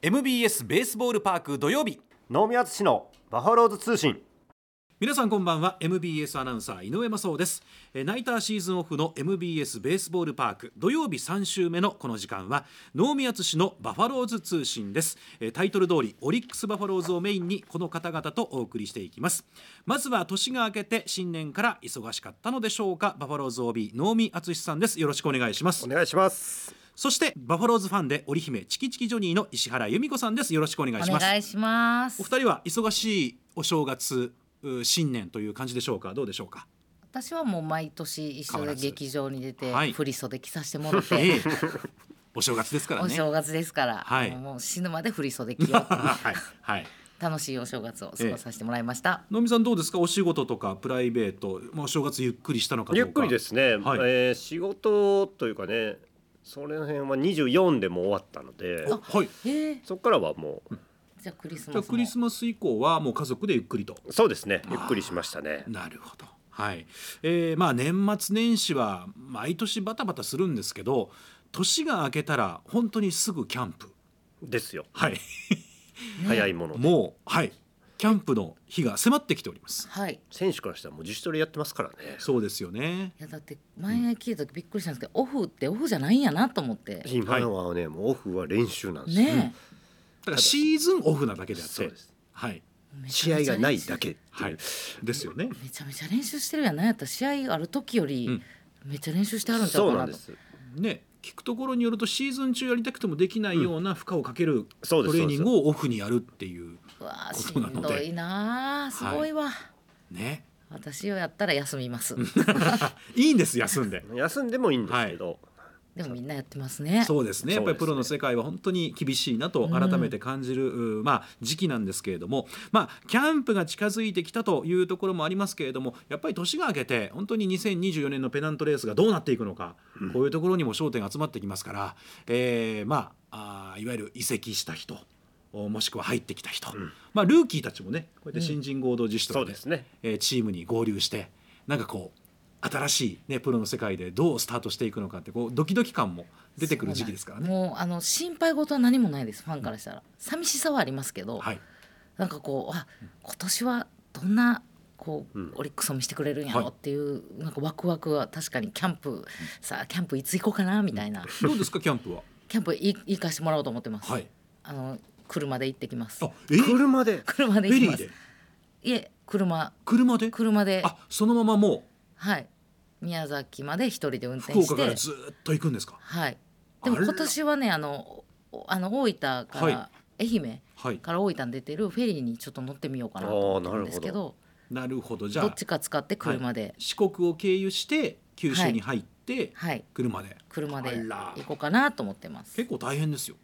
MBS ベースボールパーク土曜日能見淳のバファローズ通信皆さんこんばんは MBS アナウンサー井上真央ですえーナイターシーズンオフの MBS ベースボールパーク土曜日3週目のこの時間は能見淳のバファローズ通信ですえータイトル通りオリックスバファローズをメインにこの方々とお送りしていきますまずは年が明けて新年から忙しかったのでしょうかバファローズ OB 能見淳さんですよろしくお願いしますお願いしますそしてバファローズファンで織姫チキチキジョニーの石原由美子さんですよろしくお願いしおます願いしますお二人は忙しいお正月う新年という感じでしょうかどうでしょうか私はもう毎年一緒で劇場に出て、はい振り袖着させてもらっ ええてお正月ですからおね正月ですから、はいもう死ぬまで振り袖着よ うはいはい楽しいお正月を過ごさせてもらいました、能見さんどうですかお仕事とかプライベート、まあ、お正月ゆっくりしたのかどうゆかっくりですね、はいえー仕事というかねそれの辺は24でもう終わったのでおはいへえそこからはもじゃあクリスじゃマあスクもリスマス以降はもう家族でゆっくりとうそうですねゆっくりしましたねなるほど。はい。えーまあ年末年始は毎年バタバタするんですけど、年が明けたら本当にすぐキャンプ。ですよはい。早いものでもうはい。キャンプの日が迫ってきております。はい選手からしたらもう自主トレやってますからねそうですよね。いやだって前聞いた時びっくりしたんですけど、オフってオフじゃないんやなと思って今のはねもうオフは練習なんですよねだからシーズンオフなだけであっそうてで、すはい。え、めち試ゃ合めちゃがないだけっていう、はい。ですよね。めちゃめちゃ練習してるやんなんやったら試合ある時より、うんめっちゃ練習してあるんちゃうそうなかなんとですね。聞くところによるとシーズン中やりたくてもできないような負荷をかけるそトうレでーニすングをオフにやるっていううわあこしとなのんでどいなあすごいわ、 ね私をやったら休みます。いいんです休んで休んでもいいんですけど、でもみんなやってます ね。そうですねやっぱりそプうですロねの世界は本当に厳しいなと改めて感じる、うまあ、時期なんですけれども、まあ、キャンプが近づいてきたというところもありますけれどもやっぱり年が明けて本当に2024年のペナントレースがどうなっていくのか、こういうところにも焦点が集まってきますから、えーまあ、あーいわゆる移籍した人おもしくは入ってきた人、まあ、ルーキーたちもねこうやって新人合同自主トそレうですねえーチームに合流してなんかこう新しい、ね、プロの世界でどうスタートしていくのかってこうドキドキ感も出てくる時期ですからね。もうあの心配事は何もないですファンからしたら、寂しさはありますけど、はい、なんかこうあ今年はどんなこう、うんオリックスを見せてくれるんやろはういっていう、なんかワクワクは確かにキャンプ、さあキャンプいつ行こうかなみたいな、どうですかキャンプは。キャンプい行かしてもらおうと思ってます。 はい、あの車で行ってきますあ。え車で車フでェ行きリまーすで。いえ車車で車であそのままもはい宮崎まで一人で運う転福して岡からずーっと行くんですか。はい。でもあら今年はねあのおあの大分かはら愛媛はい、から大分に出てるフェリーにちょっと乗ってみようかなと思ってるんですけど、なるほどじどゃあっちか使って車で、四国を経由して九州に入ってはい、車で、車であら行こうかなと思ってます。い結構大変ですよ。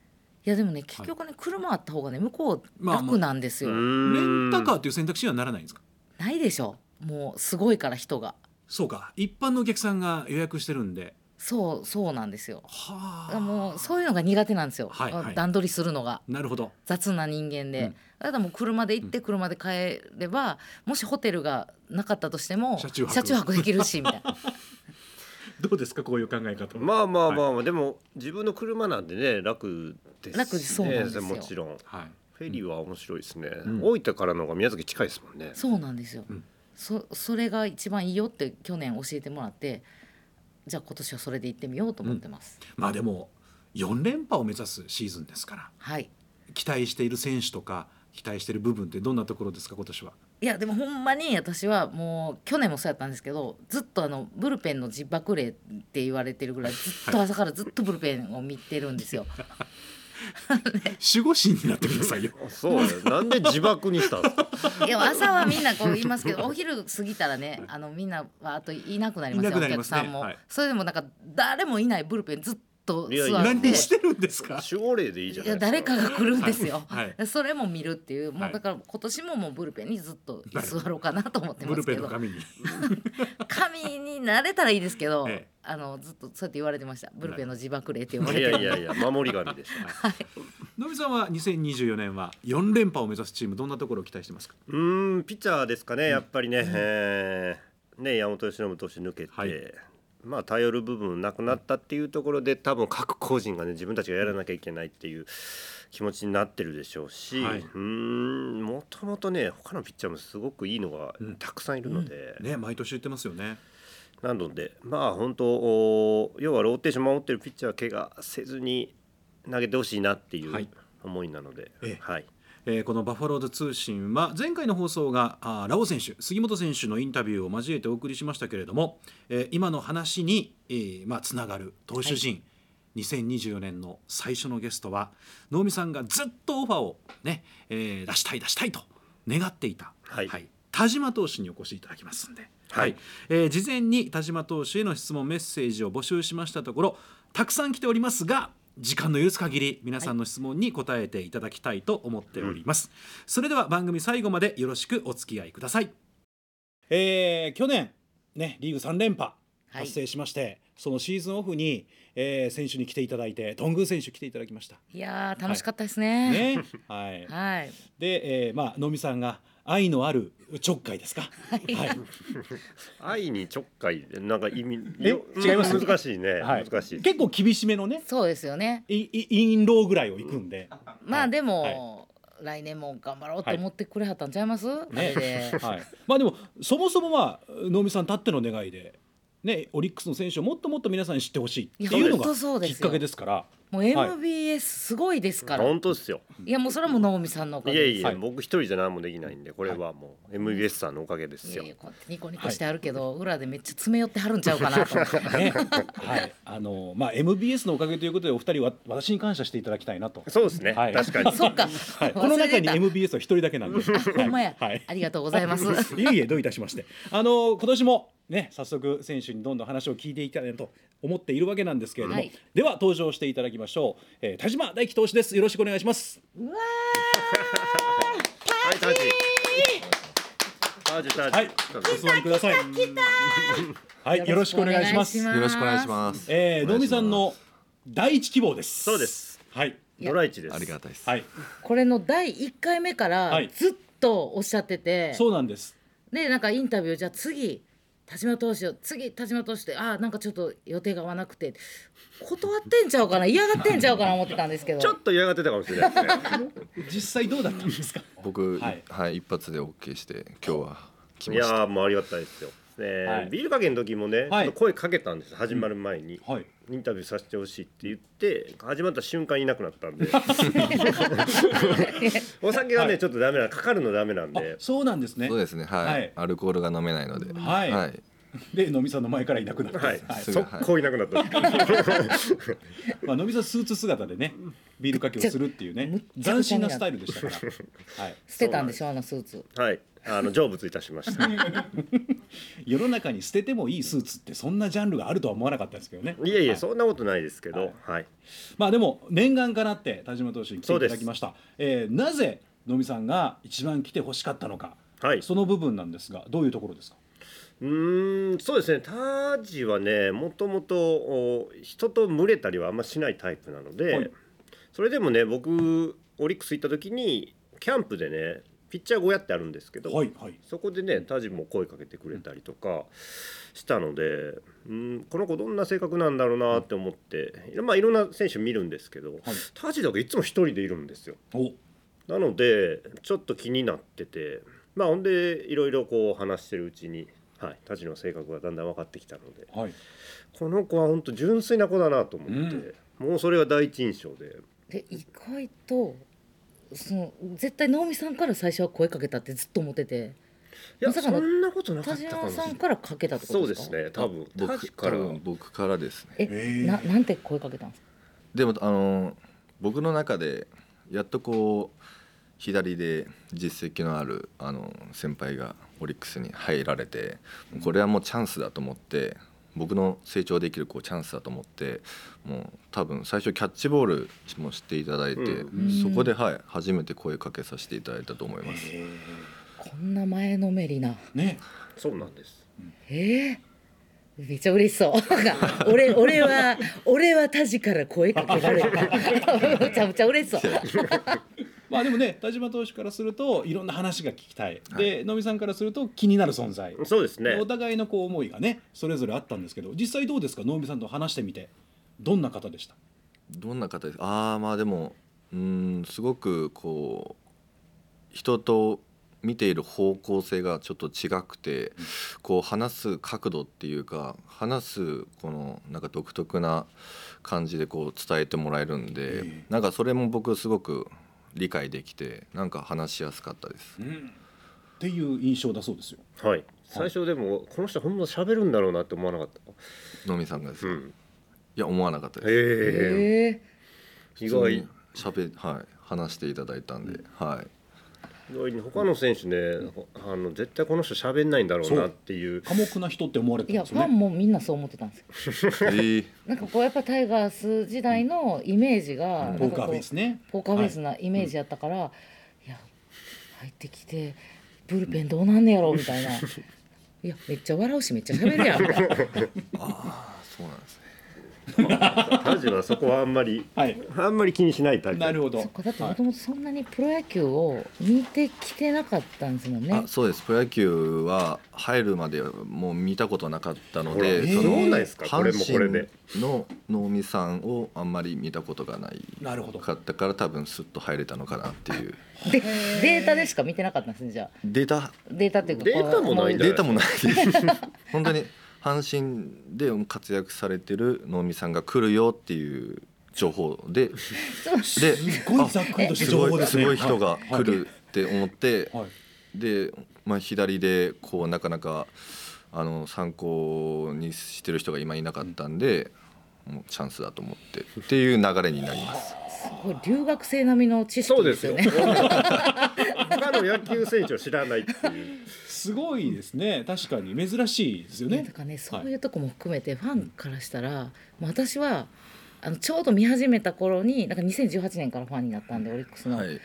やでもね結局ね車あった方がね向こうまあまあ楽なんですよ。レンタカーーっていう選択肢にはならないんですかないでしょ。もうすごいから人が。そうか一般のお客さんが予約してるんで。そうそうなんですよ。はあ。もうそういうのが苦手なんですよ。はいはい段取りするのが。なるほど。雑な人間で、うんだからもう車で行って車で帰れば、もしホテルがなかったとしても車中泊できるしみたい などうですかこういう考え方は。まあまあまあ、まあでも自分の車なんでね楽ですね楽そうなんですよもちろんはい。フェリーは面白いですね、うん大分からの方が宮崎近いですもんねそうなんですよ、うんそそれが一番いいよって去年教えてもらってじゃあ今年はそれで行ってみようと思ってます、まあでも4連覇を目指すシーズンですからはい期待している選手とか期待している部分ってどんなところですか今年は。いやでもほんまに私はもう去年もそうやったんですけどずっとあのブルペンの自爆霊って言われてるぐらいずっと朝からずっとブルペンを見てるんですよ。守護神になってください よ。あそうなんで自爆にしたんですかいや朝はみんなこう言いますけどお昼過ぎたらねあのみんなはあといなくなりますよいなくなりおま客すねさんも、はいそれでもなんか誰もいないブルペンずっと座っていやいや何してるんですか。守護霊でいいじゃいないやですか誰かが来るんですよ、はいそれも見るっていはうもいうだから今年ももうブルペンにずっとなるほ座ろうかなと思ってブまルすペけンのど紙に。神になれたらいいですけど、ええあのずっとそうやって言われてましたブルペンの自爆霊って言われいてやるいやいや守り神でしたのびさんは2024年は4連覇を目指すチームどんなところを期待してますか。うーんピッチャーですかねやっぱりね、えーね山本由伸投手抜けて、はいまあ、頼る部分なくなったっていうところで多分各個人がね自分たちがやらなきゃいけないっていう気持ちになってるでしょうし、はいうーんもともとね他のピッチャーもすごくいいのがうんたくさんいるので、ね毎年言ってますよね。なのでまあ本当お要はローテーション守ってるピッチャーは怪我せずに投げてほしいなっていはうい思いなので、ええはいえーこのバファローズ通信は前回の放送があーラオ選手杉本選手のインタビューを交えてお送りしましたけれども、えー今の話に、えーまあ、つながる投手陣、2024年の最初のゲストは能見さんがずっとオファーを、ねえー出したい出したいと願っていた、はい田島投手にお越しいただきますんで。ははいいえー事前に田島投手への質問メッセージを募集しましたところたくさん来ておりますが時間の許す限り皆さんの質問に答えていただきたいと思っております、それでは番組最後までよろしくお付き合いください、えー去年ねリーグ3連覇はい達成しまして、そのシーズンオフに、えー選手に来ていただいて頓宮選手来ていただきましたいやー楽しかったですね。ねはいはい、で、えーまあ能見さんが愛のあるちょっかいですかいはい愛にちょっかいでなんか意味えよ違います難しいね、はい難しい結構厳しめのねそうですよね。インインローぐらいを行くんで、まあではいも、来年も頑張ろうと思ってくれはったんちゃいます？ねあれではい、まあでもそもそもは能見さんたっての願いで、ね、オリックスの選手をもっともっと皆さんに知ってほしいっていうのいや本当そうがですきよっかけですからもう MBS すごいですから。本当ですよいやもうそれはもう直美さんのおいかげえでいす。え、はい僕一人じゃ何もできないんでこれはもう MBS さんのおかげですよ、いやいやこうやってニコニコしてあるけど、裏でめっちゃ詰め寄ってはるんちゃうかな と思って。ねはいあのまあ、MBS のおかげということでお二人は私に感謝していただきたいなと、そうですね、はい確かにそうか。はい、この中に忘れて MBS は一人だけなんでたほんまや、はいありがとうございます。いえいえどういたしましてあの今年もね早速選手にどんどん話を聞いていきたいなと思っているわけなんですけれども、はいでは登場していただきましょう、えー田島大樹投手ですよろしくお願いしますうわ。はい、タージ。タージ、タージ。はいお座りくださいはいよろしくお願いしますよろしくお願いしますす。えー、お願能いし見ますさんの第一希望です。そうで。す。はい。ドライチです。ありがたいです。はい。これの第一回目からはいずっとおっしゃってて、そうなんです。でなんかインタビューじゃあ次田島投手を次田島投手ってあーなんかちょっと予定が合わなくて断ってんちゃうかな嫌がってんちゃうかな思ってたんですけどちょっと嫌がってたかもしれないですね。実際どうだったんですか。僕、ははいい、一発で OK して、今日は来いました。やー、もうありがたいですよ。えーはいビールかけの時もね、はいちょっと声かけたんです始まる前に、はい。インタビューさせてほしいって言って始まった瞬間いなくなったん でお酒がね、はいちょっとダメなかかるのダメなんあで、そうなんですねそう。ですね、はい、はいアルコールが飲めないので。はいで、能見さんの前からいなくなった。はいはいす。ぐ速攻いなくなったんですまあ、能見さんスーツ姿でね、ビールかけをするっていうね、ちゃ斬新なスタイルでしたから。はい。捨てたんでしょあのスーツはいあの成仏いたしましたい世の中に捨ててもいいスーツって、そんなジャンルがあるとは思わなかったですけどね。えいえそんなことないですけどはいはいまあでも念願かなって田島投手に来ていただきました。えーなぜ能見さんが一番来て欲しかったのか、はいその部分なんですが、どういうところですか。うーんそうですねタージはねもともとお人と群れたりはあんましないタイプなので、はいそれでもね僕オリックス行った時にキャンプでねピッチャー小屋ってあるんですけど、はいはい。そこでねタージも声かけてくれたりとかしたので、うん、この子どんな性格なんだろうなって思って、まあ、いろんな選手見るんですけど、タージだけいつも一人でいるんですよ。お。なのでちょっと気になっててまあほんでいろいろこう話してるうちに、はい、たちの性格がだんだん分かってきたのではい。この子は本当純粋な子だなと思って、もうそれが第一印象でで意外とその絶対直美さんから最初は声かけたってずっと思ってていやまさかそのんなことなかっ田たか島もしれさなんいからかけたってこそとうでですかすね多分タジ僕かからら僕からですね。えななんて声かけたんですかでも、あのー僕の中で、やっとこう。左で実績のあるあの先輩がオリックスに入られてこれはもうチャンスだと思って僕の成長できるこうチャンスだと思ってもう多分最初キャッチボールもしていただいて、うそこで、はい、初めて声かけさせていただいたと思います。こんな前のめりなね。そうなんですえー、めっちゃ嬉しそうなんか俺俺は 俺は田地から声かけられためちゃめちゃ嬉しそうまあでもね田島投手からするといろんな話が聞きたい、で野見さんからすると気になる存在、そうですねお互いのこう思いがねそれぞれあったんですけど実際どうですか能見さんと話してみてどんな方でしたどんな方ですああまあでもうーんすごくこう人と見ている方向性がちょっと違くてこう話す角度っていうか話すこのなんか独特な感じでこう伝えてもらえるんえでなんかそれも僕すごく理解できてなんか話しやすかったです。っていう印象だそうですよ。はい最初でもこの人ほんま喋るんだろうなって思わなかっのみさんがですた、うか、いん、や思わなかったです。へええ意外しゃべはい話していただいたんで、はい意外に他の選手ね、あの絶対この人喋んないんだろうなっていう寡黙な人って思われていたんやですフよァね。ンもみんなそう思ってたんですよ。えーなんかこうやっぱタイガース時代のイメージが、ポなーんかカーこフうェイスね。ポーカーフェイスなイメージやったから、いや入ってきてブルペンどうなんねやろみたいな。いやめっちゃ笑うしめっちゃ喋るやんみたいな。あそうなんですね。田島はそこはあんまりはい。あんまり気にしないタイプなるほど。そっかだってはもいともとそんなにプロ野球を見てきてなかったんですもんねあ。そうですプロ野球は入るまでもう見たことなかったのほらで、えーそどうのなんですかこれもこれ阪で神の能見さんをあんまり見たことがないなるほど。かったから多分スッと入れたのかなっていうでデータでしか見てなかったんですねじゃあ データデータっていうかデータもないんじゃデータもないです本当に阪神で活躍されてる能見さんが来るよっていう情報でですごいざっくりとしたす情ご報いですすね。ごい人が来るって思ってはい。はい。で、まあ、左でこうなかなかあの参考にしてる人が今いなかったんで、もうチャンスだと思ってっていう流れになります。すごい留学生並みの知そう識でですすよよね。 他の野球選手を知らないっていうすごいですね。確かに珍しいですよね、ね だ。からねそういうとこも含めてファンからしたら、もう私はあのちょうど見始めた頃になんか2018年からファンになったんでオリックスの、はい、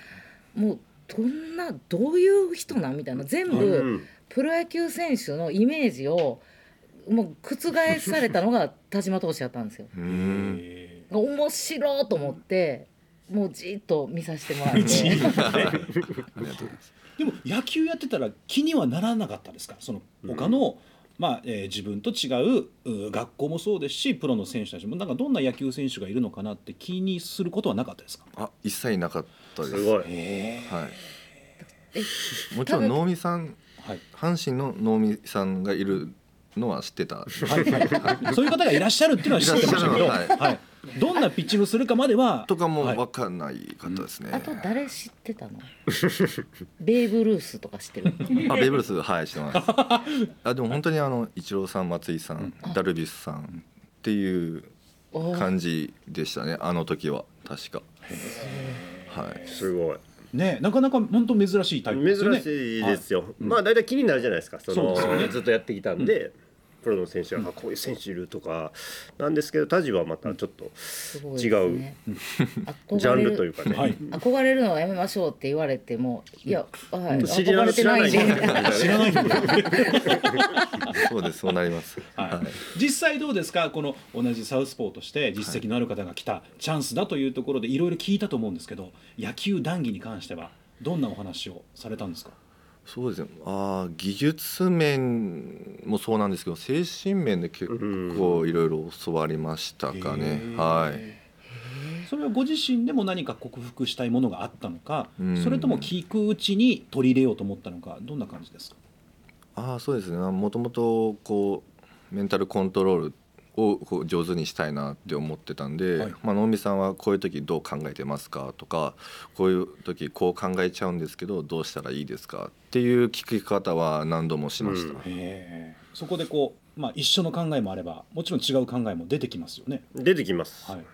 もうどんなどういう人なんみたいな全部、うんプロ野球選手のイメージをもう覆されたのが田島投手やったんですよ。うんえ面白いと思ってもうじーっと見させてもらってじ ーっありがとうございます。ー でも野球やってたら気にはならなかったですか。その他の、まあえー自分と違うう学校もそうですしプロの選手たちもなんかどんな野球選手がいるのかなって気にすることはなかったですか。あ一切なかったですす。ごいえはい、もちろん能見さんはい。阪神の能見さんがいるのは知ってた。はいはい、そういう方がいらっしゃるっていうのは知ってましたけど、いらっしゃるのはい、どんなピッチングするかまではとかもはい分かんない方ですね。あと誰知ってたのベーブ・ルースとか知って るあベーブルースはいしてます。あでも本当にあの一郎さん松井さんダルビッシュさんっていうおー感じでしたねあの時は確かはいすごいね、なかなか本当珍しいタイプですよね。珍しいですよ。よ、まあ大体気になるじゃないですかそそうのですよねずっとやってきたんで、プロの選手は、あこういう選手いるとかなんですけど田島はまたちょっとすごいですね憧れるジャンルというかね、はい、憧れるのはやめましょうって言われてもいや、はい、知り憧合れいて知ならないいしみたいな知らないんだよね、そうですそうなりますは。はい実際どうですか、この同じサウスポーとして実績のある方が来たチャンスだというところでいろいろ聞いたと思うんですけど、野球談義に関してはどんなお話をされたんですか。そうですねあー技術面もそうなんですけど精神面で結構いろいろ教わりましたかねへーはい。それはご自身でも何か克服したいものがあったのかうん、それとも聞くうちに取り入れようと思ったのか、どんな感じですか。あーそうですねもともとこうメンタルコントロールをこう上手にしたいなって思ってたんで、はいまあ、能見さんはこういう時どう考えてますかとかこういう時こう考えちゃうんですけどどうしたらいいですかっていう聞き方は何度もしましうた、んへえそこでこう、まあ、一緒の考えもあればもちろん違う考えも出てきますよね。出てきます、はい、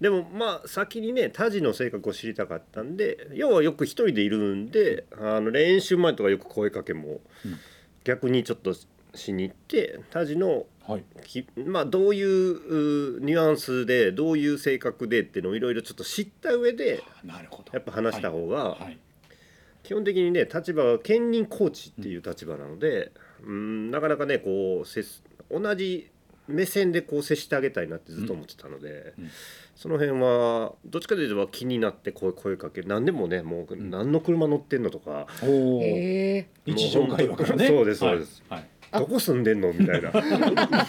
でもまあ先にね田地の性格を知りたかったんで要はよく一人でいるんであの練習前とかよく声かけもうん逆にちょっとしに行って田地のはい、きまあどういううニュアンスでどういう性格でっていうのをいろいろちょっと知った上でなるほどやっぱ話した方がはい基本的にね立場は兼任コーチっていう立場なので、うん、なかなかねこう接す同じ目線でこう接してあげたいなってずっと思ってたので、うんうんその辺はどっちかというと気になって声声かけ何でもねもう何の車乗ってんのとか、おお、へ え日常会話からねそうですそうです、はいはいどこ住んでんのみたいな確か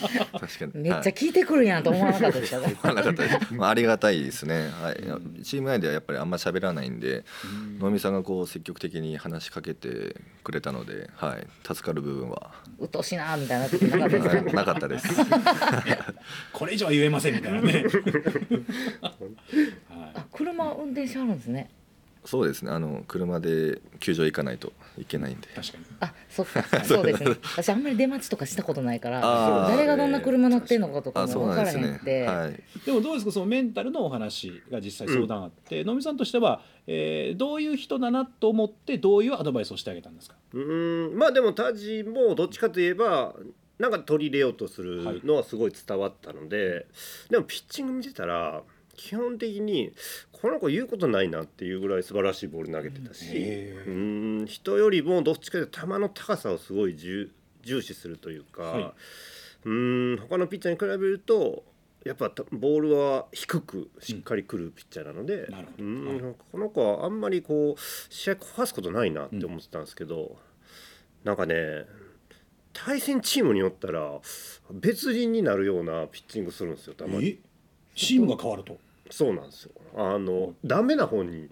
にめっちゃ聞いてくるやんと思わなかったでしょ。はいなかったですまあありがたいですね、はい、チーム内ではやっぱりあんま喋らないんで能見さんがこう積極的に話しかけてくれたので、はい、助かる部分はうとうしいなみたいな時なかった ですか。はいなかっ たです。これ以上は言えませんみたいなね、はい、あ、車運転しはるんですね。そうですね。あの車で球場行かないといけないんで。確かにあ、そっか、そうですね。私あんまり出待ちとかしたことないから、あー誰がどんな車乗ってんのかとかあ、そもう分なんからですへんねっ。て。はい。でもどうですかそのメンタルのお話が実際相談あって、のみさんとしては、えーどういう人だなと思ってどういうアドバイスをしてあげたんですかうーんまあでもタジもどっちかといえばなんか取り入れようとするのはすごい伝わったので、でもピッチング見てたら基本的にこの子言うことないなっていうぐらい素晴らしいボール投げてたし、へうーん人よりもどっちかというと球の高さをすごい重重視するというか、はいうーん他のピッチャーに比べるとやっぱたボールは低くしっかりくるピッチャーなので、なるほどうーんこの子はあんまりこう試合壊すことないなって思ってたんですけど、なんかね対戦チームによったら別人になるようなピッチングするんですよたまにえチームが変わるとそうなんですよあのダメな方に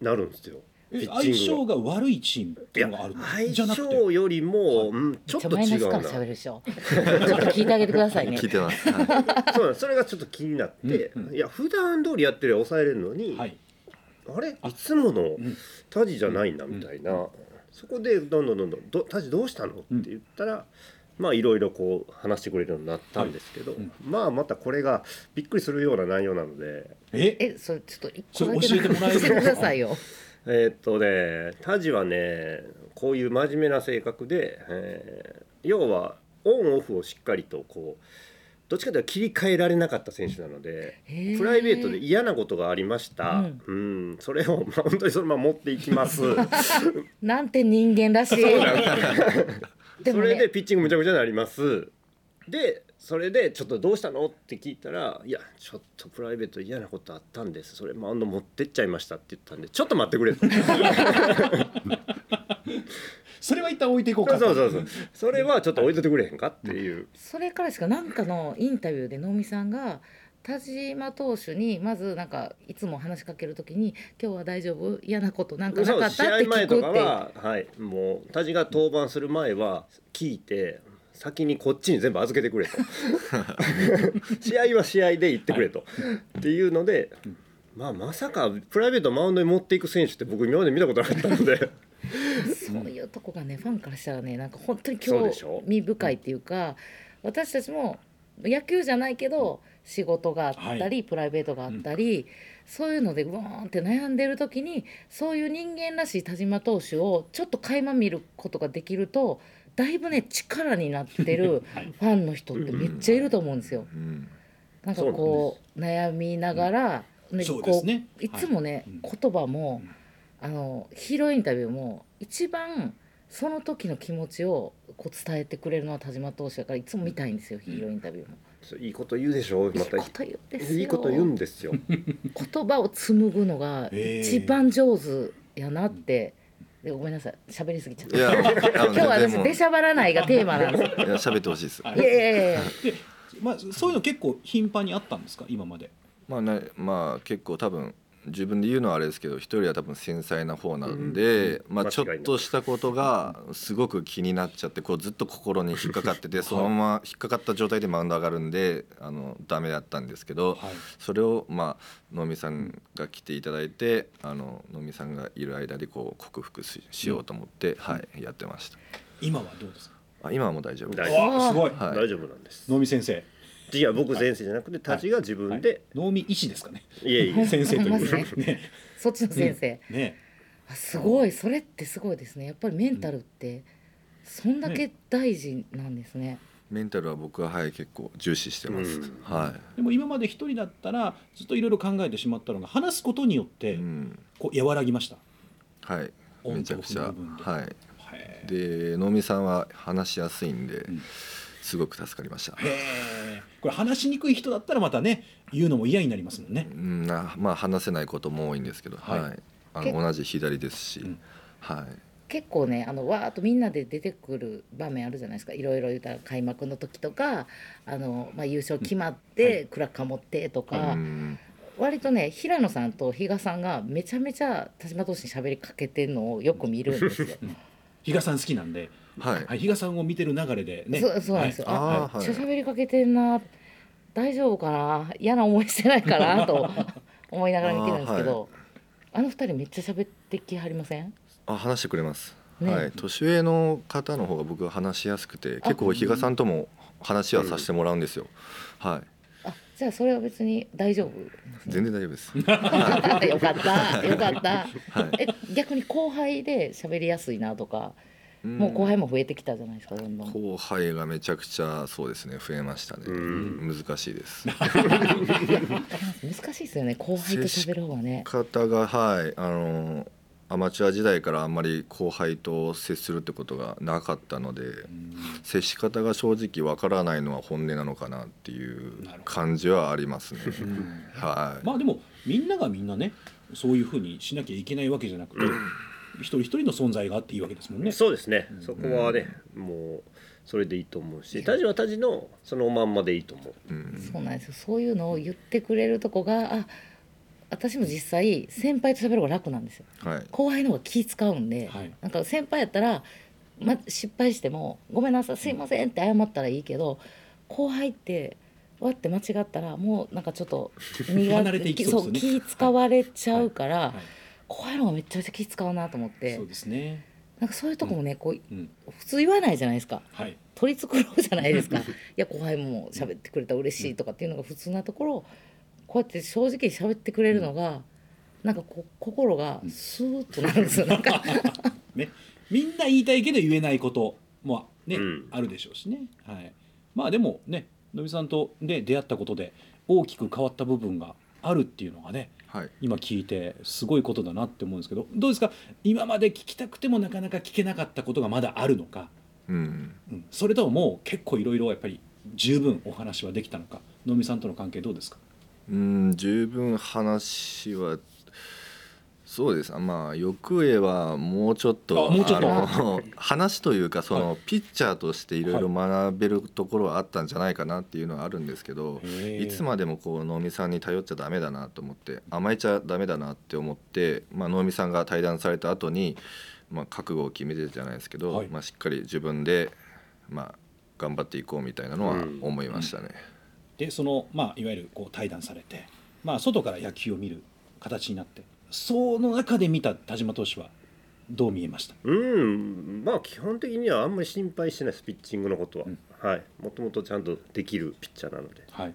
なるんですよピッチングが相性が悪いチームっていうのがあるのじゃ相なくて性よりも、うん、ちょっとめっちゃマ違イナうスかなら喋るでしょ。ちょっと聞いてあげてくださいね 聞い。てます。はいそうなんですそれがちょっと気になって、うんうんいや普段通りやってる抑えれるのに、はいあれいつものんタジじゃないなみたいな、そこでどんどんどんどんど「タジどうしたの?」って言ったら、まあいろいろこう話してくれるようになったんですけど、いうんまあまたこれがびっくりするような内容なのでええ、それちょっと一そ個れだけ教えてもらえる教えくださいよ。えーっとねタジはねこういう真面目な性格で、えー要はオンオフをしっかりとこうどっちかというと切り替えられなかった選手なので。へプライベートで。嫌なことがありました。うんうん、それを、まあ、本当にそのまま持っていきます。なんて人間らしい。でそもれでね、ピッチングむちゃくちゃになります。で、それでちょっとどうしたのって聞いたら、いや、ちょっとプライベート嫌なことあったんです。それマウンド持ってっちゃいましたって言ったんで、ちょっと待ってくれと。それは一旦置いていこうそかうそうそうそう。それはちょっと置いといてくれへんかっていう。それからしかなんかのインタビューで能見さんが田島投手にまずなんかいつも話しかけるときに今日は大丈夫嫌なことなんかなそかうった試って合聞前くとっかて言っては、はい、もう、タジが登板する前は、聞いて、先にこっちに全部預けてく れと。試合は試合で行ってくれと。っていうので、まあ、まさかプライベートをマウンドに持っていく選手って僕、今まで見たことなかったので。そういうとこがねファンからしたらねなんか本当にそう興でしょ味深いっていうか私たちも野球じゃないけど仕事があったり、はプライベートがあったり、そういうのでうわーんって悩んでる時にそういう人間らしい田島投手をちょっと垣間見ることができるとだいぶね力になってるはいファンの人ってめっちゃいると思うんですよ。うん。なんかこう悩みながら、ねそうでこすねいつもね、はい言葉も、うんあのヒーローインタビューも一番その時の気持ちをこう伝えてくれるのは田島投手だからいつも見たいんですよ、ヒーローインタビューも。そういいこと言うでしょいいまこたと言うんですよいいこと言うんですよ言葉を紡ぐのがへー一番上手やなって、でごめんなさい喋りすぎちゃっいや、た。あの今日は全私然もう出しゃばらないがテーマなんです。いや喋ってほしいです。はいいやいやいやいや。で、まあ、そういうの結構頻繁にあったんですか今までまあね、まあ結構多分自分で言うのはあれですけど、一人は多分繊細な方なんで、まあ間違ちょいっないとしたことがすごく気になっちゃって、こうずっと心に引っかかってて、そのまま引っかかった状態でマウンド上がるんで、あのダメだったんですけはど、いそれをまあ能見さんが来ていただいて、あの能見さんがいる間でこう克服ししようと思って、はいやってました。今はどうですかあ今はもう大丈夫です大。丈わあすごいはい夫大丈夫なんです能見先生いや僕先生じゃなくてタジが自分で、能見医師ですかねい、えいえ先生といほんまでうすねそっちの先生。ねあすごいそれってすごいですねやっぱりメンタルってそんだけ大事なんですね、メンタルは僕ははい結構重視してます。うんはでも今まで一人だったらずっといろいろ考えてしまったのが話すことによっい。てうん。こう和らぎましたはい。オンとオフめちゃくちゃの部分ではい。へえで能見さんは話しやすいんで、んすごく助かりました。へえこれ話しにくい人だったらまたね言うのも嫌になりますもんねうんなまあ話せないことも多いんですけど、ははいいあけの同じ左ですし、うんはい結構ねあのわーっとみんなで出てくる場面あるじゃないですかいろいろ言ったら開幕の時とかあの、まあ、優勝決まって、クラッカー持ってとか、うん割とね平野さんと比嘉さんがめちゃめちゃ田島投手に喋りかけてるのをよく見るん ですよ。比嘉さん好きなんで、はいはい、比嘉さんを見てる流れでねそうそうなんですよ、はいああーめっちゃはい喋りかけてんな大丈夫かな嫌な思いしてないかなと思いながら見てるんですけどあ,、の二人めっちゃ喋ってきはりませんあ話してくれます、ねはい年上の方の方が僕は話しやすくて結構比嘉さんとも話はさせてもらうんですよ、はいあじゃあそれは別に大丈夫全然大丈夫 ですよかったよかった、はいえ逆に後輩で喋りやすいなとか、もう後輩も増えてきたじゃないですかどんどん後輩がめちゃくちゃそうですね増えましたね、ん難しいです難しいですよね後輩と喋る方がね方がはいあのアマチュア時代からあんまり後輩と接するってことがなかったので、接し方が正直わからないのは本音なのかなっていうなるほど感じはありますね。はい、まあでもみんながみんなねそういうふうにしなきゃいけないわけじゃなくて一人一人の存在があっていいわけですもんね。そうですね、そこはね、もうそれでいいと思うし、タジはタジのそのまんまでいいと思う。うんそうなんですよそういうのを言ってくれるとこがあ私も実際先輩と喋る方が楽なんですよはい、後輩の方が気使うんで、はいなんか先輩やったら、ま、失敗しても「ごめんなさいすいません」って謝ったらいいけど後輩ってわって間違ったらもうなんかちょっと 身離れていきそうですよね気使われちゃうから、はい後輩の方がめっちゃめちゃ気使うなと思ってそうですね。なんかそういうとこもね、こううん、普通言わないじゃないですか。はい。 取り繕うじゃないですかい や後輩も喋ってくれたら嬉しいとかっていうのが普通なところこうやって正直に喋ってくれるのが、なんかこう心がスーッとなるんで すよなんかね、みんな言いたいけど言えないこともね、うんあるでしょうしね。はい。まあでもね、のびさんとで出会ったことで大きく変わった部分があるっていうのがね、はい、今聞いてすごいことだなって思うんですけど、どうですか？今まで聞きたくてもなかなか聞けなかったことがまだあるのか、うん、うん、それとももう結構いろいろやっぱり十分お話はできたのか、のびさんとの関係どうですか？うん、十分話は。そうですまあ欲栄はもうちょっとあもうちょっとの話というかその、はピッチャーとしていろいろ学べるところはあったんじゃないかなっていうのはあるんですけど、いつまでもこう能見さんに頼っちゃダメだなと思って甘えちゃダメだなって思って、まあ、能見さんが対談された後にまあ、覚悟を決めてじゃないですけど、はいまあ、しっかり自分で、まあ、頑張っていこうみたいなのはうん思いましたね。でその、まあ、いわゆるこう対談されて、まあ、外から野球を見る形になってその中で見た田島投手はどう見えましたうん、まあ基本的にはあんまり心配してないですピッチングのことは、うんはいもともとちゃんとできるピッチャーなのではい、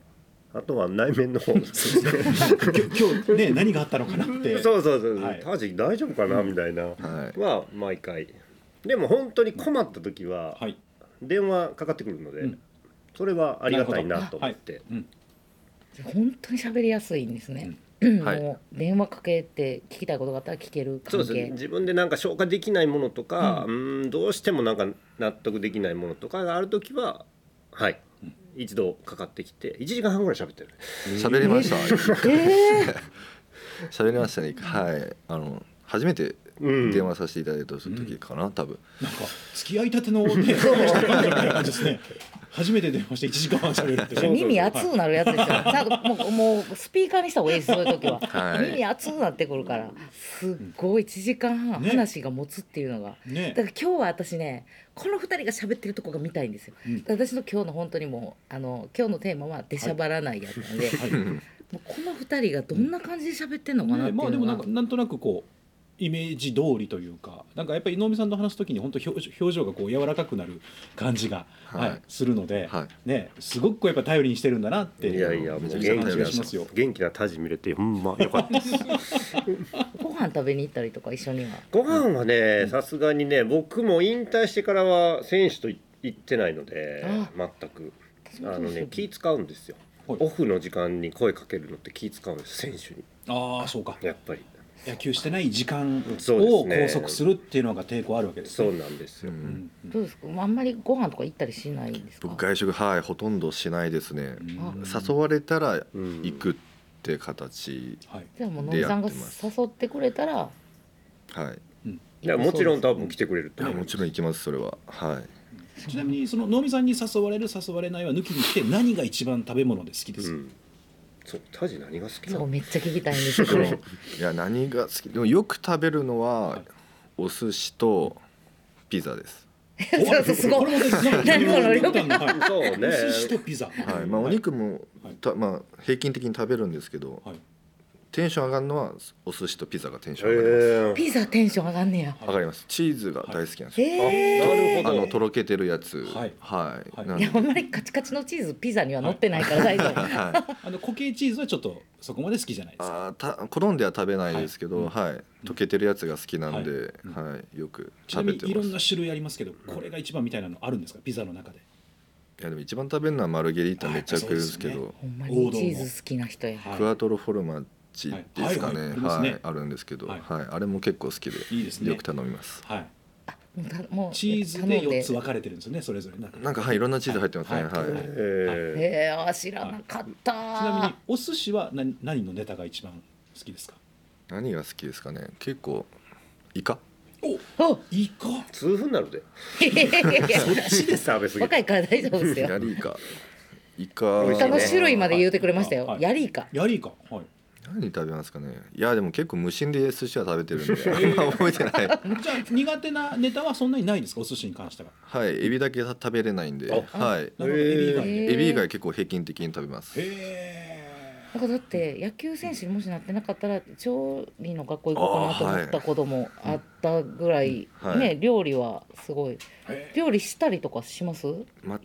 あとは内面の方 そう今日ね何があったのかなってそうそうそう、はいタジ大丈夫かなみたいな、はいは毎回でも本当に困った時ははい、電話かかってくるので、うんそれはありがたいなと思って、うん、本当に喋りやすいんですね、はいもう電話かけて聞きたいことがあったら聞けるそうで関すね係自分でなんか消化できないものとか、うーん、どうしてもなんか納得できないものとかがある時ははい、一度かかってきて1時間半ぐらい喋ってる喋りましたえー 喋りましたね、はい、あの初めてうん電話させていただいた時かな、多分なんか付き合いたてのね人みたいな感じですね初めて電話して1時間半喋るってそうそう耳熱くなるやつですよ。ちゃんともうもうスピーカーにした方がいいですそういう時は。はい耳熱くなってくるから、すっごい1時間半ね話が持つっていうのが。ねだから今日は私ねこの2人が喋ってるとこが見たいんですよ、うん私の今日の本当にもうあの今日のテーマは「出しゃばらない」やったんで、はいもうこの2人がどんな感じで喋ってんのかなっねてまいあでうもなのんがかなんとなくこうイメージ通りというかなんかやっぱり能見さんと話す時に本当表情表情がこう柔らかくなる感じが、ははいいするので、はね、すごくこうやっぱ頼りにしてるんだなっていやいやめもちうゃくちゃ元気感じながしますよ。元気なタジ見れてほんまよかったですご飯食べに行ったりとか一緒にはご飯はねさすがにね僕も引退してからは選手とい行ってないのであ全く私あもそうのですよね気使うんですよはいオフの時間に声かけるのって気使うんです選手にああそうかやっぱり野球してない時間そうですをね拘束するっていうのが抵抗あるわけですねそうなんですよ、どうですかあんまりご飯とか行ったりしないんですか僕外食はいほとんどしないですねあ誘われたらうん行くって形はいじゃあもうのりさんが出会ってます誘ってくれたらはいいやもちろん多分来てくれるいとや思うもちろん行きますそれははいちなみにその能見さんに誘われる誘われないは抜きにして何が一番食べ物で好きですうか、んそうタジ何が好きなそうのめっちゃ聞きたいん ですけでど もいや何が好きでもよく食べるのはお寿司とピザですそうそうすごこいれもですね 何この料理はいそうねお寿司とピザはいまあお肉もはいたまあ平均的に食べるんですけどはいテンション上がるのはお寿司とピザがテンションへ上がりますーピザテンション上がんねや上がりますチーズが大好きなんですよええなるあほのどとろけてるやつはいはいはいなんいでやあんまりカチカチのチーズピザには乗ってないから大丈 夫 はいあの固形チーズはちょっとそこまで好きじゃないですかあーた好んでは食べないですけど、はい溶けてるやつが好きなんで、ははいよくちな食みべにていろますんな種類ありますけどこれが一番みたいなのあるんですかピザの中でいやでも一番食べるのはマルゲリータめっちゃ食うですけあどそうほんまにチーズ好きな人やはいクアトロフォルマッチですかね、ははいいはいはいありますねあるんですけど、ははいいあれも結構好きでいいですねよく頼みますはいもうたもうチーズで4つ分かれてるんですよねそれぞれなんかなんかはいいろんなチーズ入ってますね、はいはいえ頼んーでええあ知らなかったちなみにお寿司は何何のネタが一番好きですか何が好きですかね結構イカおおイカ痛風になるでいやいやいやいや食べ過ぎて若いから大丈夫で すよヤリイカイカ美味し歌いのね種類まで言うてくれましたよ、はいヤリイカヤリイカはい何食べますかねいやでも結構無心で寿司は食べてるんであ んま覚えてないじゃあ苦手なネタはそんなにないんですかお寿司に関してははいエビだけ食べれないんではいなるほどエビ以外でへーエビ以外結構平均的に食べますへなんかだって野球選手にもしなってなかったら調理の学校行こうかなと思ったこともあったぐらい、うんはいね料理はすごいえ料理したりとかします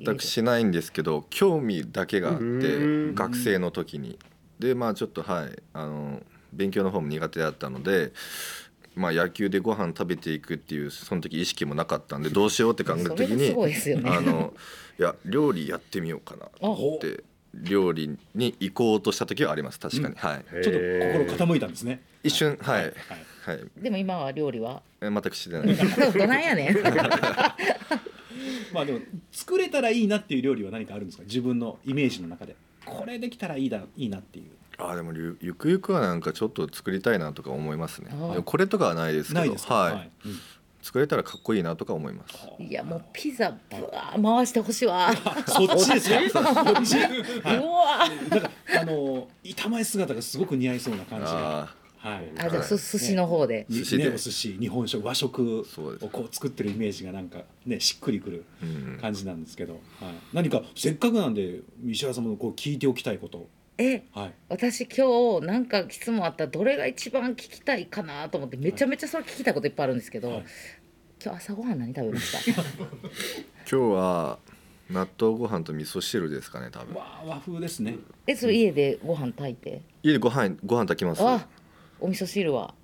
全くしないんですけど興味だけがあっうてん学生の時にでまあちょっとはいあの勉強の方も苦手だったので、まあ、野球でご飯食べていくっていうその時意識もなかったんでどうしようって考えたそれ時がすにごいですよねあのいや料理やってみようかなと思って料理に行こうとした時はあります確かに、はいちょっと心傾いたんですね一瞬はいはい、でも今は料理はえ全くしてないですどないやねんまあでも作れたらいいなっていう料理は何かあるんですか自分のイメージの中でこれできたらいいだいいなっていうあでもゆゆくゆくはなんかちょっと作りたいなとか思いますねあでもこれとかはないですけどないですかはいうん作れたらかっこいいなとか思います いやもうピザぶわー回してほしいわあそっちですか そっちうわはいなんかあの板前姿がすごく似合いそうな感じがあはいーあじゃあす寿司の方で、に寿司でねお寿司日本食和食をそうですこう作ってるイメージがなんかねしっくりくるうん感じなんですけど、はい、何かせっかくなんで石原さんもこう聞いておきたいことえはい私今日なんか質問あったらどれが一番聞きたいかなと思ってめちゃめちゃそれ聞きたいこといっぱいあるんですけど、はい今日朝ごはん何食べました今日は納豆ご飯と味噌汁ですかね多分わあ和風ですねえそれ家でご飯炊いて家でご飯ご飯炊きますあお味噌汁は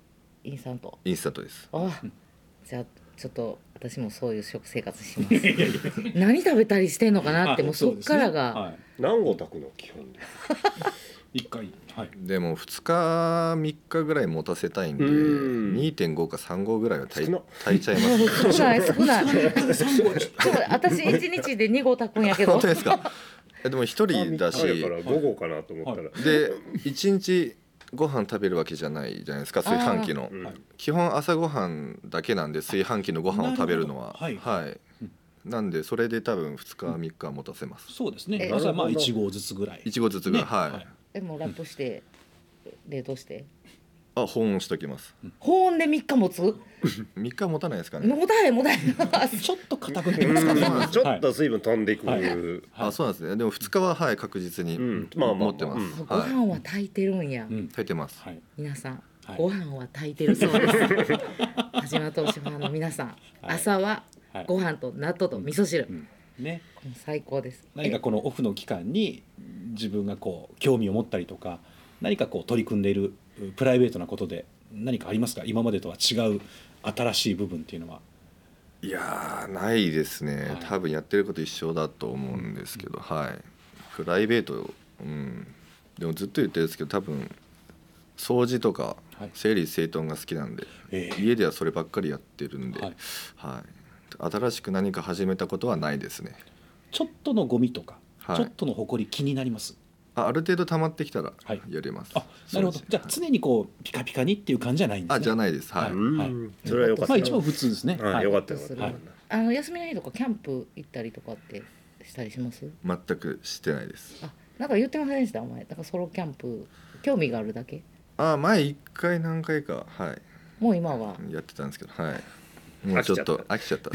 インスタントインスタントですあじゃあちょっと私もそういう食生活します何食べたりしてんのかなってもうそっから が、何合炊くの基本で一、はい、一回はいでも2日3日ぐらい持たせたいんでうん2.5か3合ぐらいは炊少いな炊いちゃいます 少ない少ないそう 私一日で2合炊くんやけど本当ですかえでも1人だし朝やから午後かなと思ったら、で1日ご飯食べるわけじゃないじゃないですか炊飯器のうんはい基本朝ごはんだけなんで炊飯器のご飯を食べるのはなるほどはいなんでそれで多分2日3日は持たせますそうですねえ朝はまあなるほど一合ずつぐらい1合ずつぐらい、ねはい、えもうラップして冷凍してあ保温しときます保温で3日持つ3日持たないですかねもたへんもたへんちょっと硬くなりますかねうんちょっと水分飛んでいく、はいはいあそうなんですねでも2日ははい確実にうんまあまあまあ持ってまう すごはい飯は炊いてるんや、うん炊いてますはい皆さん、はいご飯は炊いてるそ うです田島投資ファンの皆さん、はい朝ははいご飯と納豆と味噌汁、ねもう最高です何かこのオフの期間に自分がこう興味を持ったりとか何かこう取り組んでいるうプライベートなことで何かありますか今までとは違う新しい部分っていうのは。いやーないですね、はい多分やってること一緒だと思うんですけど、はいプライベートうんでもずっと言ってるんですけど多分掃除とか、はい整理整頓が好きなんで、ええ家ではそればっかりやってるんで、ははいい新しく何か始めたことはないですねちょっとのゴミとか、はいちょっとの埃気になりますあある程度溜まってきたらはいやれます、あなるほどそうじゃであすね常にこうピカピカにっていう感じじゃないんですねあじゃないですははい、うん、はいそれはよかったまあ一番普通ですね、うんはいよかったよかっするた、はいあの休みの日とかキャンプ行ったりとかってしたりします全くしてないですあなんか言ってませんでしたお前だからソロキャンプ興味があるだけあ前一回何回かはもう今はいやってたんですけどはいもうちょっと飽きちゃった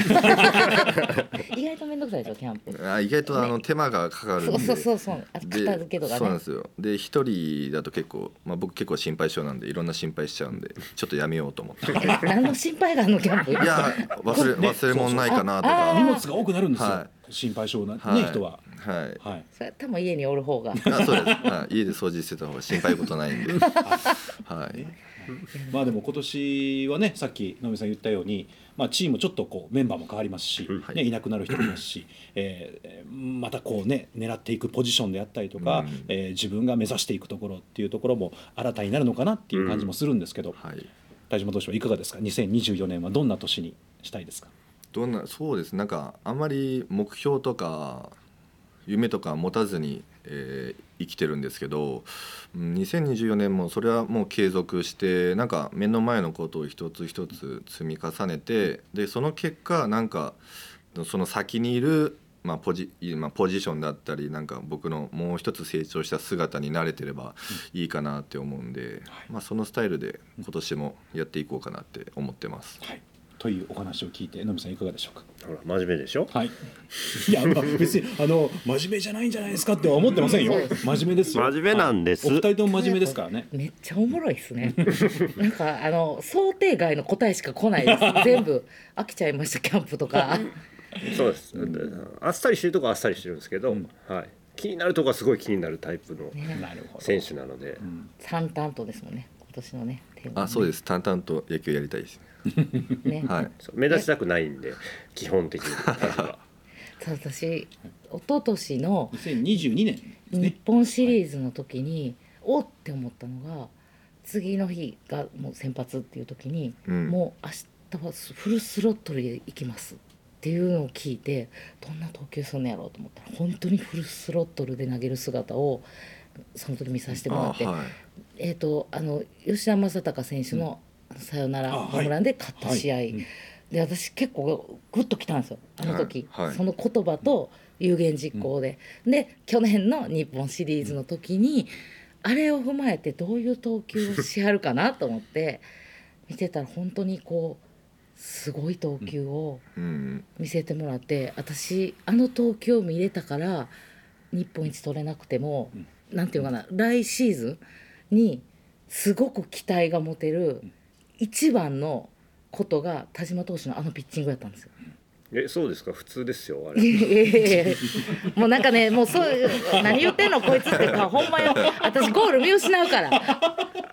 意外と面倒くさいでしょキャンプ あ意外とあの手間がかかるんそでうそうそうそうあとで片付けとかそうなねんですよで一人だと結構、まあ、僕結構心配性なんでいろんな心配しちゃうんでちょっとやめようと思っていえ 何の心配があるのキャンプや忘れ忘れ物ないかなとあ荷か物が多くなるんですよ、は心配性な、はいね人は、はいはい、それは多分家におる方があそうです、はい、家で掃除してた方が心配事ない んではいまあでも今年はねさっき野見さん言ったように、まあ、チームちょっとこうメンバーも変わりますし、うんはいね、いなくなる人もいますし、えーまたこうね狙っていくポジションであったりとか、うんえー自分が目指していくところっていうところも新たになるのかなっていう感じもするんですけど、はい大島投手はいかがですか2024年はどんな年にしたいですかどんなそうですなんかあんまり目標とか夢とか持たずに、えー生きてるんですけどうん2024年もそれはもう継続してなんか目の前のことを一つ一つ積み重ねてでその結果なんかその先にいる、まあ、ポジまあポジションだったりなんか僕のもう一つ成長した姿になれてればいいかなって思うんで、まあ、そのスタイルで今年もやっていこうかなって思ってます。はいというお話を聞いて野見さんいかがでしょうかほら真面目でしょはい、いや、まあ、別にあの真面目じゃないんじゃないですかっては思ってませんよ真面目ですよ真面目なんですはいお二人とも真面目ですからねめっちゃおもろいですねなんかあの想定外の答えしか来ない です全部飽きちゃいましたキャンプとかそうです、あっさりしてるとこはあっさりしてるんですけど、はい、気になるとこはすごい気になるタイプのなるほど選手なので、淡々とですもんね今年のねテーマあそうです淡々と野球やりたいですねねはいそう目立ちたくないんで基本的に私はそう私一昨年の2022年です日ね本シリーズの時に、おって思ったのが次の日がもう先発っていう時に、うんもう明日はフルスロットルで行きますっていうのを聞いてどんな投球するのやろうと思ったら本当にフルスロットルで投げる姿をその時見させてもらあって、はいえー、とあの吉田正尚選手のあのサヨナラあはいホームランで勝った試合、はいうんで私結構グッときたんですよあの時、はいはいその言葉と有言実行で、で去年の日本シリーズの時に、あれを踏まえてどういう投球をしはるかなと思って見てたら本当にこうすごい投球を。うん見せてもらって私あの投球を見れたから日本一取れなくても、なんていうのかな来シーズンにすごく期待が持てる一番のことが田島投手のあのピッチングやったんです よ。えそうですか普通ですよあいれやいやいやもうなんかねもうそういう何言ってんのこいつってかほんまよ私ゴール見失うから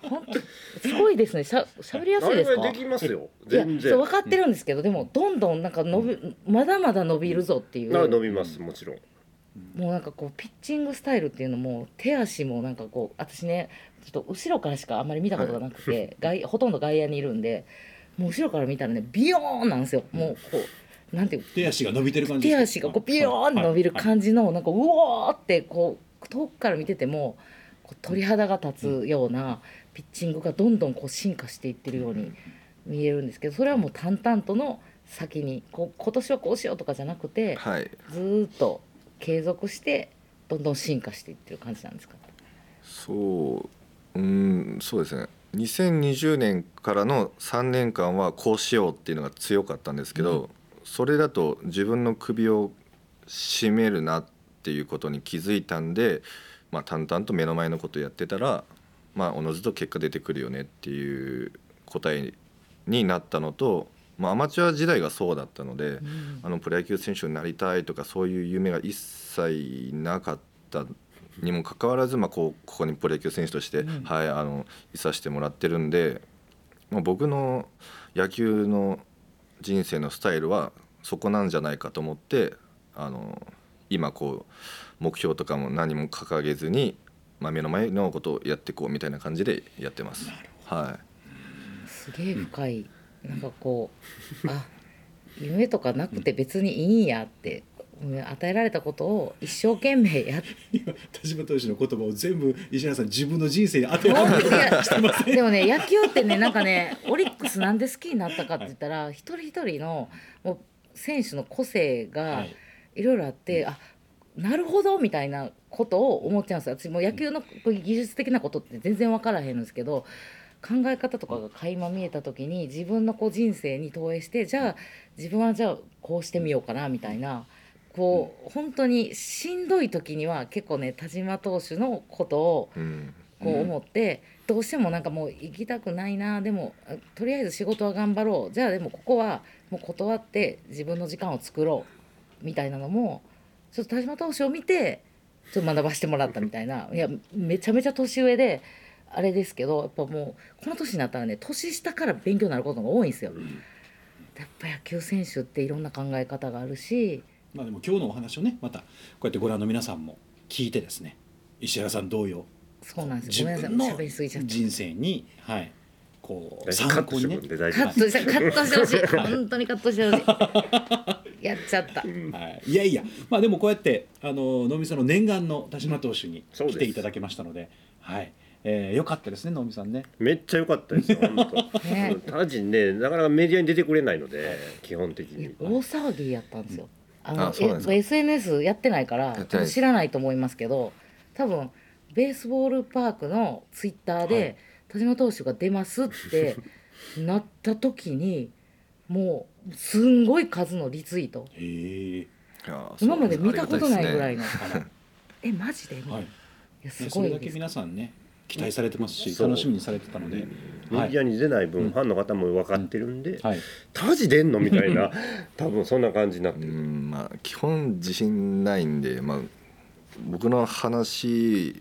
本当すごいですねしゃしゃべりやすい何ですかできますよいや全そう然分かってるんですけど、でもどんどんなんか伸び、まだまだ伸びるぞっていう、な伸びますもちろんもうなんかこうピッチングスタイルっていうのも手足もなんかこう私ねちょっと後ろからしかあんまり見たことがなくて、外ほとんど外野にいるんでもう後ろから見たらねビヨーンなんですよもうこうなんていう手足が伸びてる感じ手足がこうビヨーン伸びる感じのなんかうおーってこう遠くから見ててもこう鳥肌が立つようなピッチングがどんどんこう進化していってるように見えるんですけどそれはもう淡々との先にこう今年はこうしようとかじゃなくて。はいずーっと継続してどんどん進化していってる感じなんですかそううんそうですね2020年からの3年間はこうしようっていうのが強かったんですけど、それだと自分の首を絞めるなっていうことに気づいたんで、まあ、淡々と目の前のことやってたらまあおのずと結果出てくるよねっていう答えになったのと、まあ、アマチュア時代がそうだったので、あのプロ野球選手になりたいとかそういう夢が一切なかったにもかかわらず、まあ、こうここにプロ野球選手として、はい、あのいさせてもらってるんで、まあ、僕の野球の人生のスタイルはそこなんじゃないかと思ってあの今こう目標とかも何も掲げずに、まあ、目の前のことをやっていこうみたいな感じでやってます。はいすげえ深い、なんかこうあ夢とかなくて別にいいんやって、うん与えられたことを一生懸命やっ今田島投手の言葉を全部石原さん自分の人生に当てはめてしてませんてでもね野球ってねなんかねオリックスなんで好きになったかって言ったら、一人一人のもう選手の個性はがいいろいろあって、あなるほどみたいなことを思っちゃうんですよ私もう野球のこういう技術的なことって全然分からへんんですけど考え方とかが垣間見えた時に自分のこう人生に投影してじゃあ自分はじゃあこうしてみようかなみたいなこう本当にしんどい時には結構ね田島投手のことをうんこう思って、どうしてもなんかもう行きたくないなでもあとりあえず仕事は頑張ろうじゃあでもここはもう断って自分の時間を作ろうみたいなのもちょっと田島投手を見てちょっと学ばしてもらったみた いないやめちゃめちゃ年上であれですけどやっぱもうこの年になったらね年下から勉強になることが多いんですよ。やっぱ野球選手っていろんな考え方があるしまあでも今日のお話をねまたこうやってご覧の皆さんも聞いてですね石原さん同様そうなんで自すよごめんなさ分いの喋りすぎちゃった。人生にはいこうカ参ッ考トしてにねくるんで大丈カ夫ットしてカットしてほしい本当にカットしてほしいやっちゃったはい、いやいや、まあ、でもこうやってあの能見さんの念願の田島投手にそうで来すていただきましたので、はいえー、よかったですね能見さんね。めっちゃ良かったですよ本当ねうんタジねなかなかメディアに出てくれないので基本的いやに大騒ぎやったんですよ。あのあそうなんですかえ SNS やってないからやってないです知らないと思いますけど多分ベースボールパークのツイッターで、はい田島投手が出ますってなった時にもうすんごい数のリツイートへいやー今まで見たことないぐらいの、あらえマジで、えいはい、やすそごれいだでけす皆さんね期待されてますしそう楽しみにされてたので、メはディいアに出ない分、うんファンの方も分かってるんで、はい、タジ出んのみたいな多分そんな感じになってうる、んまあ基本自信ないんで、まあ、僕の話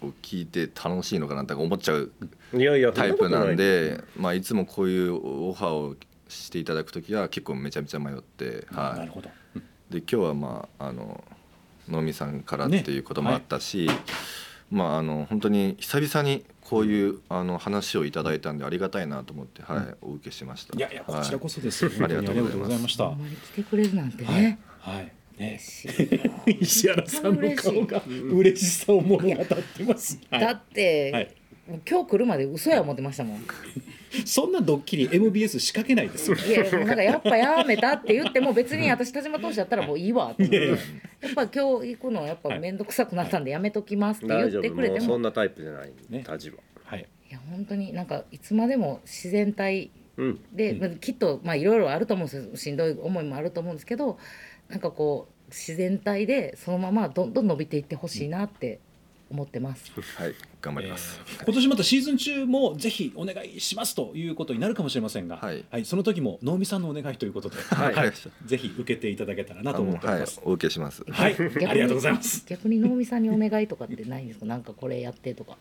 を聞いて楽しいのかなって思っちゃういやいやタイプなんそでまあ、いつもこういうオファーをしていただく時は結構めちゃめちゃ迷って、なはるほど、い、で今日はまああの能見さんからっていうこともあったし、まあ、あの本当に久々にこういうあの話をいただいたんでありがたいなと思って、はい、お受けしました。いやいやこちらこそ、そですよ、い本当にありがとうございましたあん。まり来てくれるなんてはいね、、はいね、嬉しいな石原さんの顔が嬉しさを物語ってます。はいだって、はい今日来るまで嘘や思ってましたもんそんなドッキリ MBS 仕掛けないですよ。いやなんかやっぱやめたって言っても別に私田島投手だったらもういいわと思ってやっぱ今日行くのやっぱ面倒くさくなったんでやめときますって言大丈って夫くれもてうそもんなタイプじゃない、ねタジははい、いや本当になんかいつまでも自然体うんで、まあきっとまあいろいろあると思うんですよしんどい思いもあると思うんですけどなんかこう自然体でそのままどんどん伸びていってほしいなって思ってます。はい、頑張ります。今年またシーズン中もぜひお願いしますということになるかもしれませんが、ははいいその時も能見さんのお願いということで、はいはいぜひ受けていただけたらなと思っておりはいます。、お受けします。はい、にありがとうございます。逆に能見さんにお願いとかってないんですかなんかこれやってとか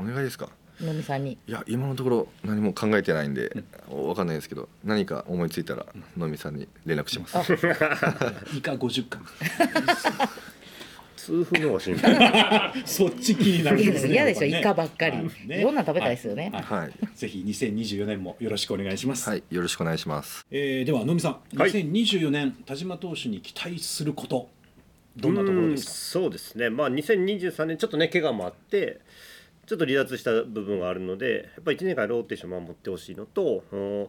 お願いですか。能見さんに。いや今のところ何も考えてないんで、わかんないですけど何か思いついたらのみさんに連絡します。以下50巻、痛風の方が心配そっち気になるんいやですね。 嫌でしょ、やイぱカばっかり、はいねいろんなの食べたいですよね、はいはい、ぜひ2024年もよろしくお願いします。はい、よろしくお願いします。えーでは能見さん、はい2024年田島投手に期待することどんなところですか。うんそうですねまあ2023年ちょっとね怪我もあってちょっと離脱した部分があるのでやっぱり1年間ローテーション守ってほしいのとうん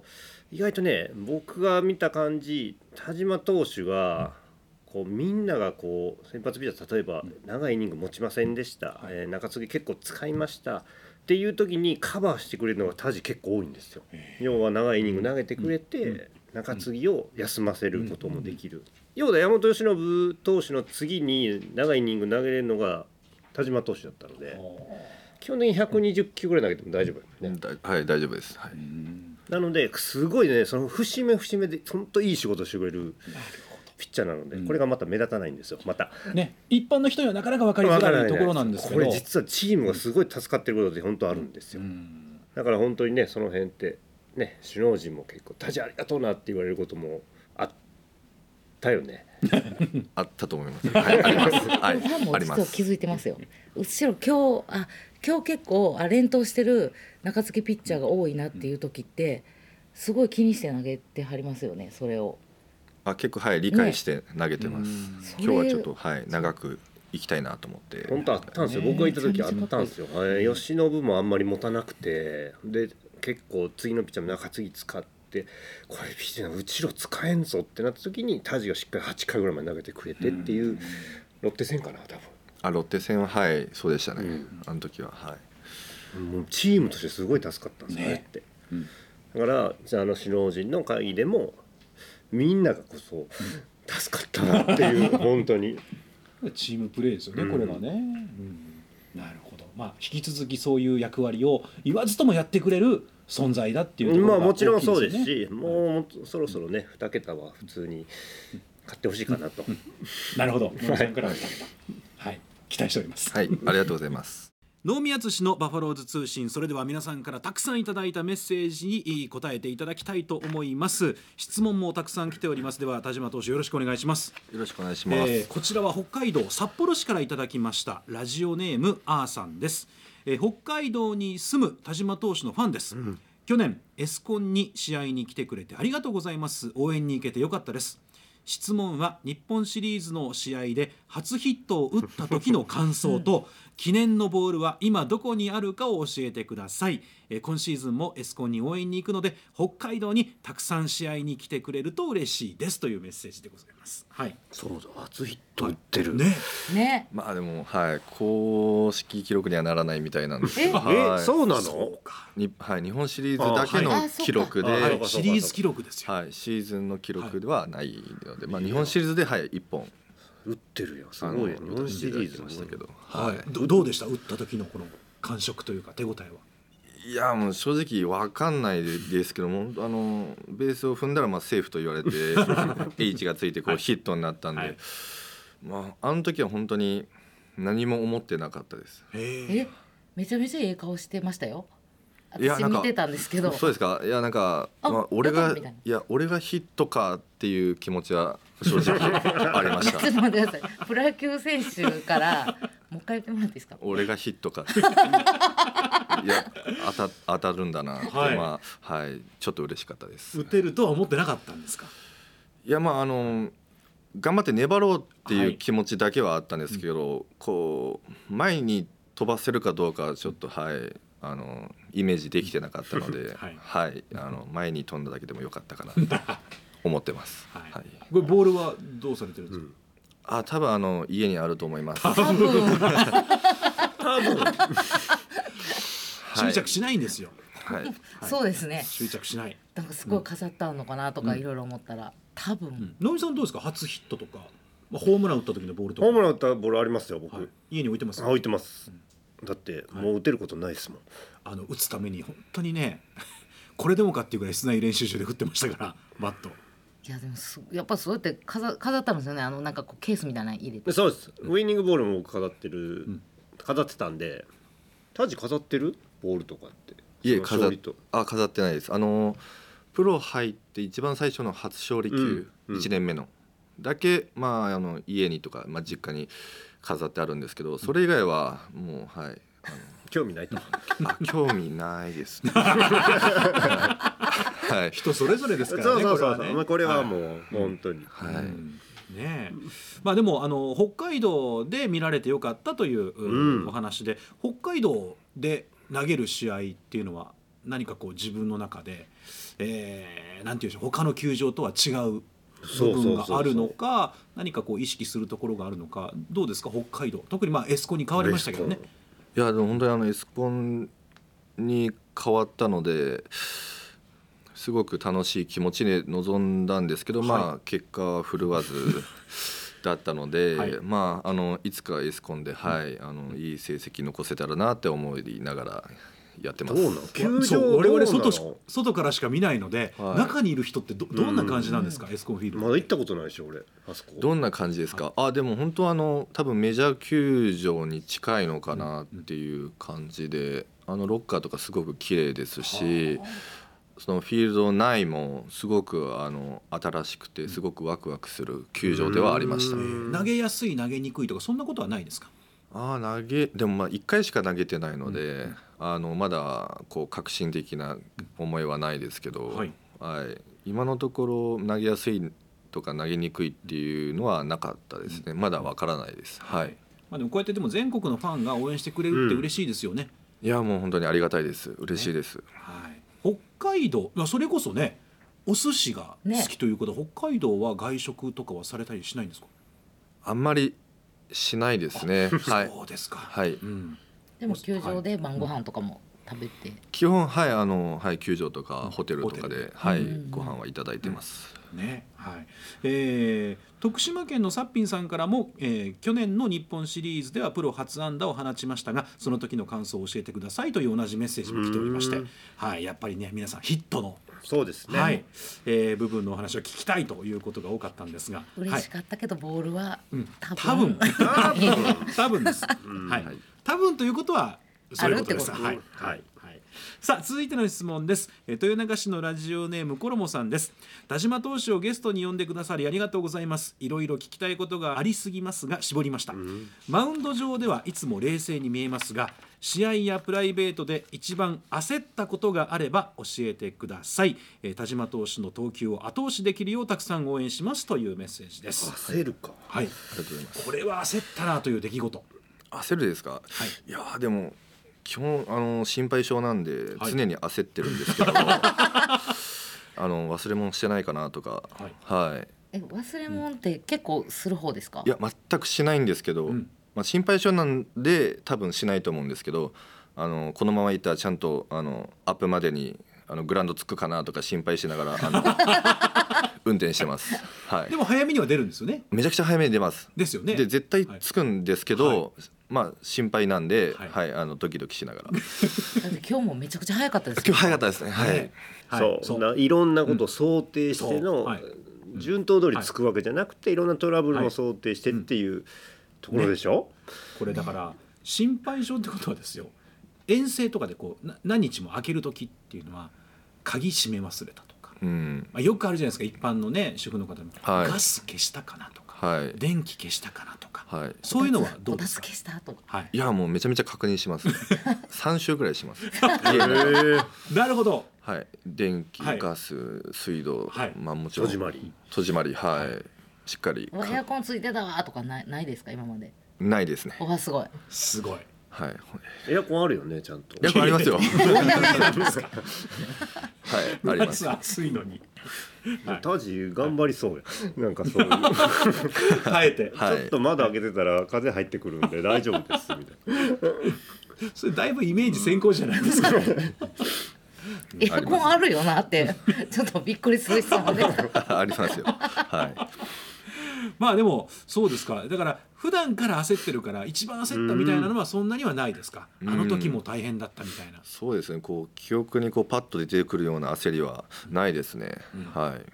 意外とね僕が見た感じ田島投手がこうみんながこう先発ピッチャー例えば長いイニング持ちませんでした、えー中継ぎ結構使いましたっていう時にカバーしてくれるのが田地結構多いんですよ。要は長いイニング投げてくれて中継ぎを休ませることもできる。要は山本由伸投手の次に長いイニング投げれるのが田島投手だったので基本的に120球ぐらい投げても大丈夫、ねだはい、大丈夫です。はい、なのですごいねその節目節目で本当いい仕事をしてくれるピッチャーなので、これがまた目立たないんですよまた。ね、一般の人にはなかなか分かりづらいところなんですけど、これ実はチームがすごい助かってることで本当あるんですよ、だから本当にねその辺ってね首脳陣も結構「タジありがとうな」って言われることもあっったよねあったと思います。はい、あります。はでもファンい、もありま実は気す。づいてますよ。うっしろ今日あ今日結構あ連投してる中継ぎピッチャーが多いなっていう時ってすごい気にして投げてはりますよねそれを。あ、結構はい、理解して投げてます。それ今日はちょっとはい、長く行きたいなと思って。本当あったんですよ、ね僕が行った時あったんですよ、えー、吉信もあんまり持たなくてで結構次のピッチャーも中継ぎ使ってこれピッチャーのうちろ使えんぞってなった時にタジがしっかり8回ぐらいまで投げてくれてっていう、ロッテ戦かな多あ、ロッテ戦ははい、そうでしたね。うんあの時ははい。分もうチームとしてすごい助かったんですよ、ねあれってうんだからじゃああの首脳陣の会議でもみんながこそ助かったなってい う本当にチームプレーですよね、うんこれがね、うんなるほど、まあ、引き続きそういう役割を言わずともやってくれる存在だっていうところまあがも大ちきろんいそうよねですしもうそろそろね2桁は普通に買ってほしいかなと。なるほど野村さんからは二桁はい期待しておりますはい、ありがとうございます。能見敦のバファローズ通信それでは皆さんからたくさんいただいたメッセージにえー答えていただきたいと思います質問もたくさん来ておりますでは田島投手よろしくお願いしますよろしくお願いします。えーこちらは北海道札幌市からいただきましたラジオネームアーさんです、えー北海道に住む田島投手のファンです、去年エスコンに試合に来てくれてありがとうございます応援に行けてよかったです質問は日本シリーズの試合で初ヒットを打った時の感想と記念のボールは今どこにあるかを教えてください、えー今シーズンもエスコンに応援に行くので北海道にたくさん試合に来てくれると嬉しいですというメッセージでございますはいそうだ初ヒット打ってる、ねね。まあでもはい公式記録にはならないみたいなんですけえど、はえい、そうなのにはい日本シリーズだけあはいあそのっか記録で、あははいいシリーズ記録ですよ、シーズンの記録ではないので、まあ日本シリーズではい一本打ってるよすあごのいよ日本シリーズまもしたけど、ははい。どどうでした打った時のこの感触というか手応えはいいやもう正直わかんないですけどもあのベースを踏んだらまあセーフと言われて H がついてこうヒットになったんで、はいまああの時は本当に何も思ってなかったです。えめちゃめちゃええ顔してましたよ。いや私なんか見てたんですけど。そうですかいやなんかあまあ、や俺っがたみたいないや俺がヒットかっていう気持ちは正直ありまし ちょたっと待ってください。プロ野球選手からもう一回言ってもらっていいですか。俺がヒッ トかいや当た当たるんだなって、はいまあはいちょっと嬉しかったです打てるとは思ってなかったんです かいやまああの頑張って粘ろうっていはうい気持ちだけはあったんですけど、こう前に飛ばせるかどうかちょっとはいあのイメージできてなかったので、 はいはい、あの前に飛んだだけでもよかったかなと思ってます。はいはいこれボールはどうされてるんですか、あ、多分あの家にあると思います。多 分はい執着しないんですよはい。そうですね。執着しない、なんかすごい飾ったのかなとかいろいろ思ったら多分能見さんどうですか初ヒットとか、まあ、ホームラン打った時のボールとかホームラン打ったボールありますよ僕、はい、家に置いてますあ置いてますだっていもう打てることないですもん、あの打つために本当にねこれでもかっていうぐらい室内練習場で振ってましたからバットいやでもすやっぱそうやって飾飾ったんですよねあのなんかこうケースみたいなの入れてでそうです、ウイニングボールも僕飾ってる、ん飾ってたんでタジ飾ってるボールとかって家その飾勝っ利とあ飾ってないです。あのプロ入って一番最初の初勝利球うんうん一年目のだけまああの家にとかまあ実家に飾ってあるんですけど、それ以外はもうはい。興味ないとあ興味ないです ね。はい。人それぞれですそうからねそうそうそうこれはこれ,、ねまあ、これはもう本当に、はい。うんねえまあでもあの北海道で見られてよかったという、うんうんお話で北海道で投げる試合っていうのは何かこう自分の中で、えーなんていうんでしょう他の球場とは違うそ部うそうそうそ分うがあるのか何かこう意識するところがあるのかどうですか北海道特にまあエスコに変わりましたけどねエス。いやでも本当にあのエスコンに変わったのですごく楽しい気持ちで臨んだんですけど、まあ結果は振るわずだったの で、はいまああのいつかエスコンで、はい、あのいい成績残せたらなって思いながらやってどまうす。なの球場そう我どう々な外のし外からしか見ないので、はい中にいる人ってどどんな感じなんですか、エスコンフィールドまだ行ったことないでしょ俺あそこどんな感じですか、あでも本当はあの多分メジャー球場に近いのかなっていう感じで、あのロッカーとかすごく綺麗ですし、そのフィールド内もすごくあの新しくてすごくワクワクする球場ではありましたうえんー投げやすい投げにくいとかそんなことはないですかああ投げでもまあ1回しか投げてないので、あのまだこう革新的な思いはないですけど、はいはい今のところ投げやすいとか投げにくいっていうのはなかったですね、まだわからないです、はい、まあ、でもこうやってでも全国のファンが応援してくれるって嬉しいですよね、いやもう本当にありがたいです嬉しいです、はい、北海道いやそれこそねお寿司が好きということは、北海道は外食とかはされたりしないんですか、あんまりしないです ねはい、そうですか、はい、うん、でも球場で晩ご飯とかも食べて、基本はいあの、はい、球場とかホテルとホかテで、はいうんうんうんご飯はいただいてます、ねはいえー徳島県のさっぴんさんからも、えー去年の日本シリーズではプロ初安打を放ちましたがその時の感想を教えてくださいという同じメッセージも来ておりましてうん、はい、やっぱりね皆さんヒットの、そうですね、はいえー部分のお話を聞きたいということが多かったんですが、は嬉いし、かったけどボールはうん多多分分多分です、んはいはい、多分ということはそういうことですあるってことはいはいはいさあ続いての質問ですえー豊中市のラジオネームコロモさんです田島投手をゲストに呼んでくださりありがとうございますいろいろ聞きたいことがありすぎますが絞りました、んマウンド上ではいつも冷静に見えますが試合やプライベートで一番焦ったことがあれば教えてください、えー田島投手の投球を後押しできるようたくさん応援しますというメッセージです焦るかはいありがとうございますこれは焦ったなという出来事焦るですか、い、やーでも基本あの心配性なんではい常に焦ってるんです けど、あの忘れ物してないかなとかはいはい、えい、忘れ物って結構する方ですか、や全くしないんですけど、うんまあ、心配性なんで多分しないと思うんですけどあのこのままいったらちゃんとあのアップまでにあのグラウンドつくかなとか心配しながらあの 運転してます、はいで、も早めには出るんですよねめちゃくちゃ早めに出ますですよねで絶対つくんですけど、はいまあ心配なんで、ははいいあのドキドキしながらだって今日もめちゃくちゃ早かったです今日早かったですねはい、ねはいそうないろんなことを想定してうんそうの、はい順当通りつくわけじゃなくて、い、ろんなトラブルも想定してっていうところでしょ、これだから心配性ってことはですよ遠征とかでこうな何日も開ける時っていうのは鍵閉め忘れたとか、うんまあ、よくあるじゃないですか一般のね主婦の方も、はいガス消したかなとか、はい電気消したかなとか、はいそういうのはどうおです助かけした後はいいやもうめちゃめちゃ確認し ます三週ぐらいしますへ 家のーなるほどはい電気、はいガス水道、はいまあもちろ戸ん締まり戸締まりはい、しっかりうわエアコンついてたわとかないないですか今までないですねおわすごいすごいはいエアコンあるよねちゃんとよくありますよはいですかあります夏暑いのにはい タジ頑張りそうやなんかそういう耐えてちはょっと窓開けてたら風入ってくるんで大丈夫ですみたいなそれだいぶイメージ先行じゃないですかエアコンあるよな ってちょっとびっくりする質問でしたい ありますよはまあでもそうですかだから普段から焦ってるから一番焦ったみたいなのはそんなにはないですかあうんの時も大変だったみたいないそうですねこう記憶にこうパッと出てくるような焦りはないですね、はい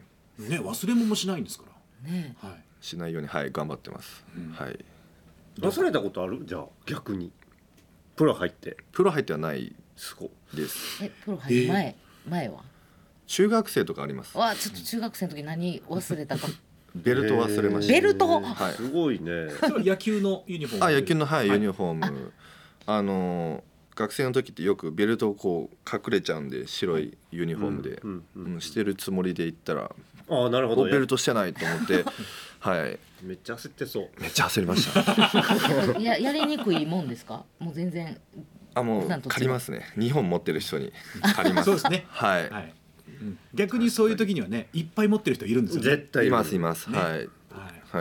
ね忘れ物もしないんですかねらはいしないようにはい頑張ってます、はい 忘れたことあるじゃあ逆にプロ入ってプロ入ってはないすごいですえプロ入る前、前は中学生とかありますわちょっと中学生の時何忘れたか ベルト忘れましたベルトへはいーすごいねそれは野球のユニフォームあ野球のはいユニフフォームあのー学生の時ってよくベルトをこう隠れちゃうんで白いユニフォームで、うんうんうんしてるつもりで行ったらああなるほおどベルトしてないと思ってはいめっちゃ焦ってそうめっちゃ焦りましたややりにくいもんですかもう全然あも普う段と違う借りますね日本持ってる人に借りますそうですねはい、はいうん逆にそういう時にはねいっぱい持ってる人いるんですよね絶対いますいます、ねはいはい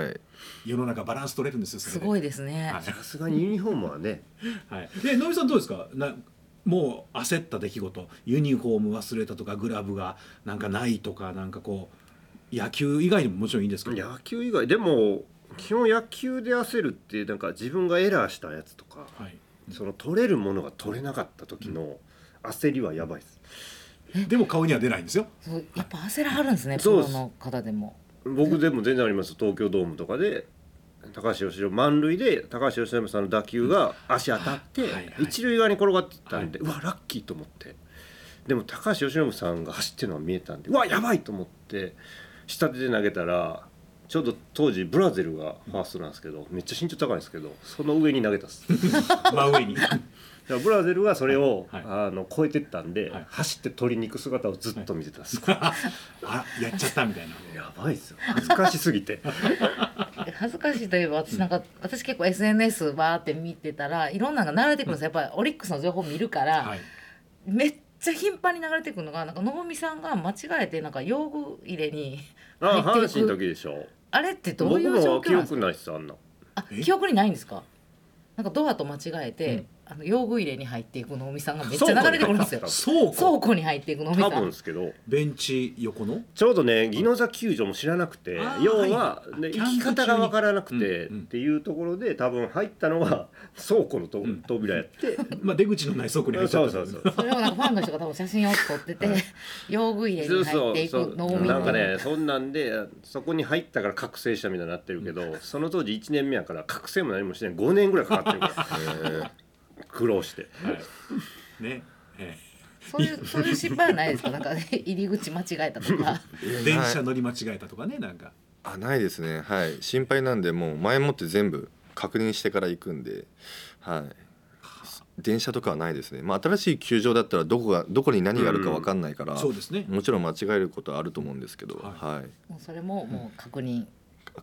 はい世の中バランス取れるんですよすすごいいですね、はいさすがにユニフォームはねはいで野見さんどうですかなもう焦った出来事ユニフォーム忘れたとかグラブがなんかないとかなんかこう野球以外にももちろんいいんですけど野球以外でも基本野球で焦るってなんか自分がエラーしたやつとかはいその取れるものが取れなかった時の焦りはやばいですでも顔には出ないんですよそうやっぱ焦らはるんですねプそうでロすの方でも僕でも全然あります東京ドームとかで高橋由伸満塁で高橋由伸さんの打球が足当たってはいはい一塁側に転がってたんではうわラッキーと思ってでも高橋由伸さんが走ってるのが見えたんでうわやばいと思って下手で投げたらちょうど当時ブラゼルがファーストなんですけどめっちゃ身長高いんですけどその上に投げた っすだか真上に。らブラゼルがそれを、はいあの超えてったんで、はい走って取りに行く姿をずっと見てたっす、あらやっちゃったみたいな。やばいっすよ恥ずかしすぎ て恥ずかしいといえば私なんか、私結構 SNS バーって見てたらいろんなのが流れてくるんですよやっぱりオリックスの情報見るから、はい。めっちゃ頻繁に流れてくるのがなんか能見さんが間違えてなんか用具入れにあ入あって阪る神の時でしょあれってどう僕いう状も況記なんです憶かないっすあんなあえ記憶にないんですかなんかドアと間違えて、うんあの用具入れに入っていく能見さんがめっちゃ流れてくるんですよそうそう倉か。庫に入っていく能見さ多ん分ですけどベンチ横の。ちょうどね宜野座球場も知らなくてあー要は、はねい行き方が分からなくて、うんうんっていうところで多分入ったのが倉庫のと、ん扉やってまあ出口のない倉庫に入っちゃそっうた。そうそう。それをなんかファンの人が多分写真を撮ってて、用具入れそうにそ入ってういそくう能の見さなんんかねそんなんでそこに入ったから覚醒したみたいになってるけど、その当時1年目やから覚醒も何もしてない5年ぐら いかかってるからえ苦労してはい。ね。えそういうそういう失敗はないですかなん か、ね、入り口間違えたとかえー電ない車乗り間違えたとかねなんか。あないですねはい心配なんでもう前もって全部確認してから行くんではい電車とかはないですねまあ新しい球場だったらどこがどこに何があるか分かんないから、そうですね。もちろん間違えることはあると思うんですけど、ははいもうそれももう確認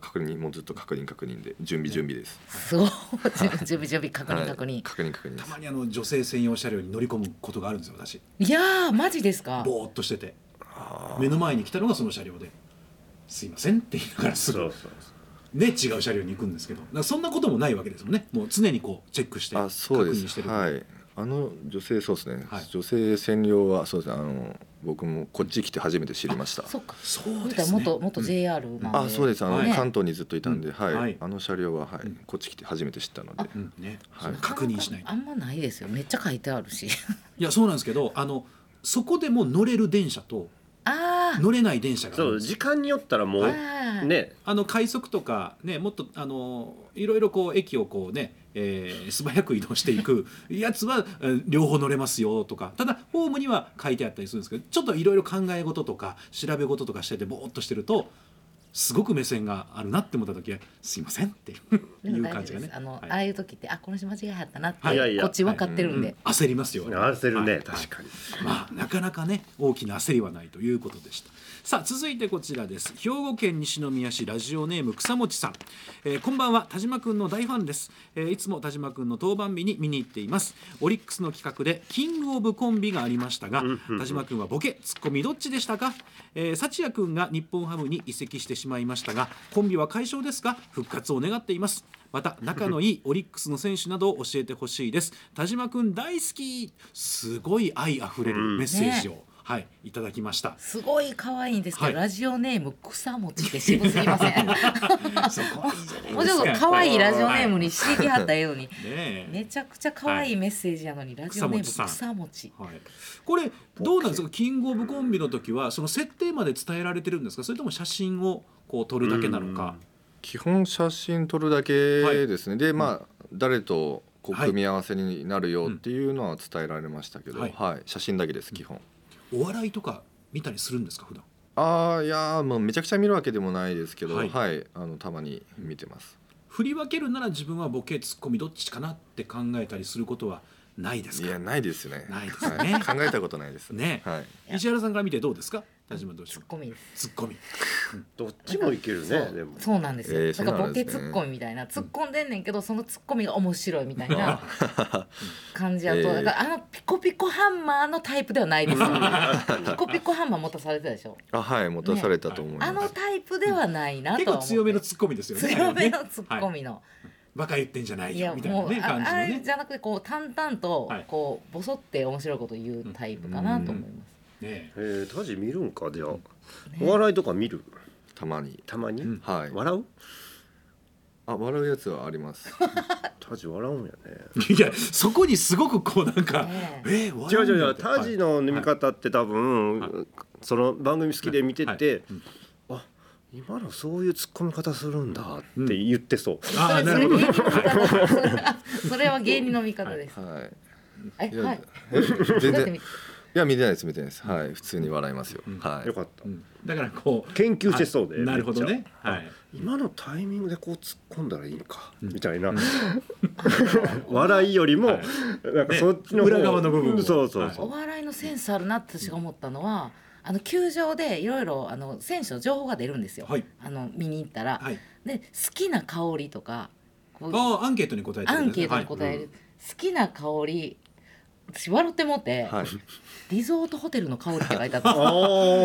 確認もうずっと確認確認で準備準備です、すごい準備準備確は認い確認、確認確認でたすまにあの女性専用車両に乗り込むことがあるんですよ私。い、やーマジですかぼーっとしててあー目の前に来たのがその車両で。すいませんって言いながらすそぐうそうそね違う車両に行くんですけどだからそんなこともないわけですもんねもう常にこうチェックして確あそうで認してするはいあの女性そうですね、はい女性専用はそうですねあの僕もこっち来て初めて知りましたそっかそう僕でたすね元元 JR なんで、あそうですあの、はい関東にずっといたんで、うんはい、はいあの車両は、はいうんこっち来て初めて知ったのでうんねはい確認しないとあんまないですよめっちゃ書いてあるしいやそうなんですけどあのそこでも乗れる電車とあ乗れない電車うがあるんそうですよ時間によったらもーう、あーねあの快速とか、ね、もっとあのいろいろこう駅をこう、ねえー素早く移動していく やつは、えー両方乗れますよとかただホームには書いてあったりするんですけどちょっといろいろ考え事とか調べ事とかしててぼーっとしてるとすごく目線があるなって思った時は「すいません」ってでいもう大丈感夫じでがす、ね。あの、はいああいう時ってあこの人間違いはったなって、はいいやいやこっち分かってるんで、焦りますよ焦るね、はい確かにまあ、なかなかね大きな焦りはないということでしたさあ続いてこちらです兵庫県西宮市ラジオネーム草持さん、えーこんばんは田島くんの大ファンです、えーいつも田島くんの当番日に見に行っていますオリックスの企画でキングオブコンビがありましたがうんうん田島くんはボケツッコミどっちでしたか、えー、幸也くんが日本ハムに移籍してしまいましたがコンビは解消ですが復活を願っていますまた仲のいいオリックスの選手などを教えてほしいです田島くん大好きすごい愛あふれるメッセージを、はいいただきましたすごい可愛いんですけど、はいラジオネーム草餅って渋す ぎませんそこいいじゃないですかもうちょっと可愛いラジオネームにしてきはったらええのにねえめちゃくちゃ可愛いメッセージやのに、ラジオネーム草餅さん草餅はい、これどうなんですかキングオブコンビの時はその設定まで伝えられてるんですかそれとも写真をこう撮るだけなのか、基本写真撮るだけですね、でまあ、誰とこうはい組み合わせになるよっていうのは伝えられましたけど、ははいい写真だけです基本、お笑いとか見たりするんですか普段ああいやーもうめちゃくちゃ見るわけでもないですけどははいい、あのたまに見てます振り分けるなら自分はボケツッコミどっちかなって考えたりすることはないですいやかないですねないですねはい考えたことないですねはい石原さんから見てどうですか田島どうしツよッコミですうツッコミどっちもいけるそねでうもそうなんですよ、えーそうななんんかボですねケツッコミみたいな突っ込んでんねんけどそのツッコミが面白いみたい な感じやと、えーだからあのピコピコハンマーのタイプではないですよ ピコピコハンマー持たされてたでしょあはい持たされたと思います、あのタイプではないな結と構は思って強めのツッコミですよね強めあれのねツッコはいミの、バカ言ってんじゃないい、よやみたいなもう、ねあ感じあのれねじゃなくてこう淡々とはいこうボソって面白いこと言うタイプかなと思います、ねえー、タジ見るんかじゃあ、ねお笑いとか見るたまにたまに、うんはい笑うあ笑うやつはあり ますタジ笑うんやねえいやそこにすごくこうなんかねえー違えう笑んだ違う違ようってタジの見方って多分、はいその番組好きで見てて、はいはいうんあ今のそういう突っ込み方するんだって言ってそう、ああなるほどそれ芸人の味方それはそれは芸人の味方です、はいえはい全だって然みいや見てないです見てないですはい普通に笑いますよ、はよかった、うんだからこう研究してそうであなるほどめっねちゃはい今のタイミングでこう突っ込んだらいいのか、みたいな笑いよりも、はいなんかそっちの方、ね裏側の部分をそうそうそう、お笑いのセンスあるなって私が思ったのは、あの球場でいろいろあの選手の情報が出るんですよ、はいあの見に行ったら、はい、はい、で好きな香りとかこうああアンケートに答えてアくれンてケートに答える、好きな香り私笑ってもって、い、はい、リゾートホテルの香りって書いて あったんでは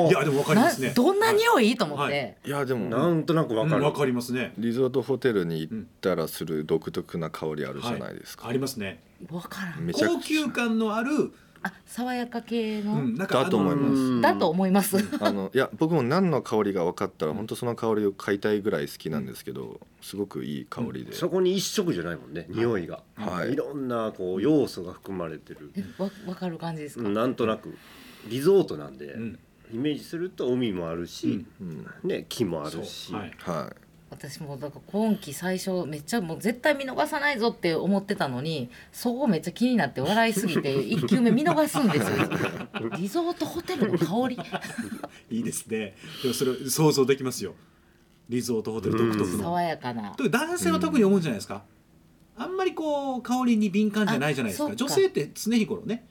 い、あいやでもわかりますすなねどんな匂い、と思って、はいいやであなもんとなくわわかる、かりますねリゾートホテルに行ったらする独特な香りあるじゃないですか、ありますね分からんめちゃ高くちゃ級感のある、あ爽やか系の、うん、なんかあのだと思いますうんだと思います、あのいや僕も何の香りが分かったら本当その香りを買いたいぐらい好きなんですけどすごくいい香りで、そこに一色じゃないもんね匂いが、はいい、ろんなこう要素が含まれてる、え わ分かる感じですうか、んなんとなくリゾートなんで、うんイメージすると海もあるし、うん、ね、木もあそうるし、はい、は私もだから今季最初めっちゃもう絶対見逃さないぞって思ってたのにそこめっちゃ気になって笑いす ぎて一球目見逃すんですよリゾートホテルの香りいいですねでもそれ想像できますよリゾートホテル独特の、爽やかな特に男性は特に思うんじゃないですか、あんまりこう香りに敏感じゃないじゃないですかあそうか女性って常日頃ね、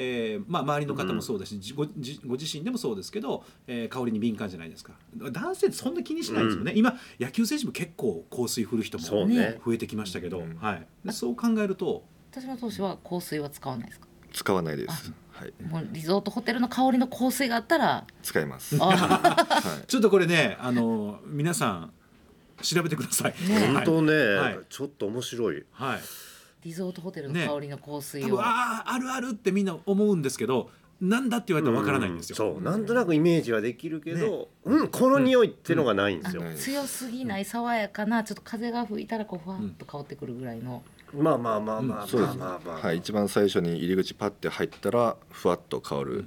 えーまあ、周りの方もそうだし、じごじご自身でもそうですけど、えー香りに敏感じゃないですか男性ってそんな気にしないですよね、今野球選手も結構香水振る人もそう増ねねえてきましたけど、うんはい、でそう考えると私の投資は香水は使わないですかい、使わないです、はい、もうリゾートホテルの香りの香水があったら使います、はあ い、ちょっとこれねあの皆さん調べてください。ね本当ね、はいちょっと面白いはい、はいリゾートホテルの香りの香水多を、分あああるあるってみんな思うんですけどなんだって言われたらわからないんですよ、うそうなんとなくイメージはできるけど、うんこの匂いってのがないんですよ、うん強すぎない爽やかなちょっと風が吹いたらこうふわっと香ってくるぐらいの、まあまあまあまあそうまであすねまあまあ、はい一番最初に入り口パッて入ったらふわっと香る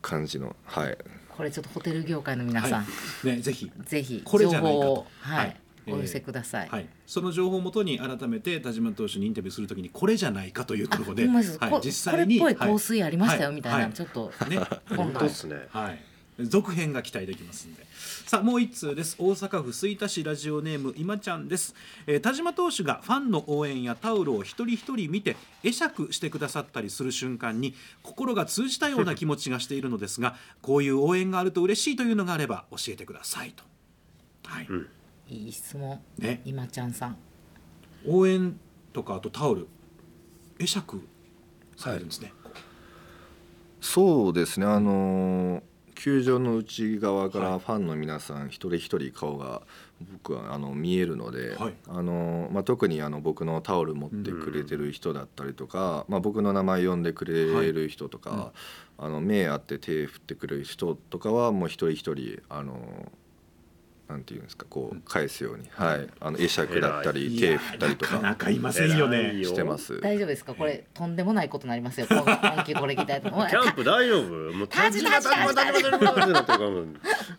感じのはいこれちょっとホテル業界の皆さん、はい、ねぜひぜひこれじ情ゃないかと報をははい、いお寄せください。はい、その情報をもとに改めて田島投手にインタビューするときにこれじゃないかというところで、ほんまですはいこ実際にこれっぽい香水ありましたよ、はいみたいな、はいちょっ とはいね今本度当っすね、はい続編が期待できますんでさあもう一通です大阪府吹田市ラジオネーム今ちゃんです、えー田島投手がファンの応援やタオルを一人一人見て会釈してくださったりする瞬間に心が通じたような気持ちがしているのですがこういう応援があると嬉しいというのがあれば教えてくださいとはい、うんいい質問、ね今ちゃんさん応援とかあとタオル会釈されるんですね、そうですねあのー球場の内側からファンの皆さん一人一人顔が僕はあの見えるので、はいあのーまあ、特にあの僕のタオル持ってくれてる人だったりとか、まあ、僕の名前呼んでくれる人とか、はあの目合って手振ってくれる人とかはもう一人一人あのーなんていうんですかこう返すように、はい、あの会釈だったりい手や振ったりとなかなかかいませんよ偉いねよしてます。大丈夫ですかこれとんでもないことになりますよ今今期これ聞いた いと思うキャンプ大丈夫もうタジタジタジタジタジタジタジタジってなってるか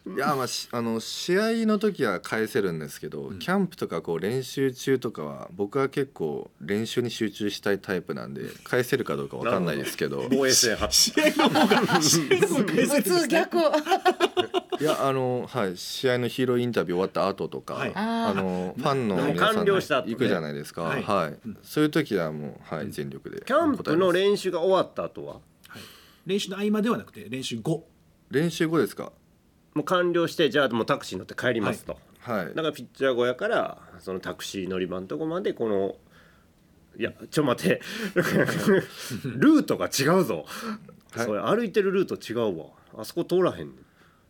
らいやまあしあの試合の時は返せるんですけど、キャンプとかこう練習中とかは僕は結構練習に集中したいタイプなんで返せるかどうかわかんないです けど防衛戦発試合の方が試合の方が解説 普です通ね逆いやあの、はい、試合のヒーローインタビュー終わった後とか、はいあのファンのでも皆さ完ん了した後ね行くじゃないですか、ははいいうんそういう時はもう、はい、全力でキャンプの答えます練習が終わった後ははい、練習の合間ではなくて練習後練習後ですかもう完了してじゃあもうタクシー乗って帰りますと、はいだからピッチャー小屋からそのタクシー乗り場のとこまでこのいやちょ待て ルートが違うぞ、はいそれ歩いてるルート違うわあそこ通らへん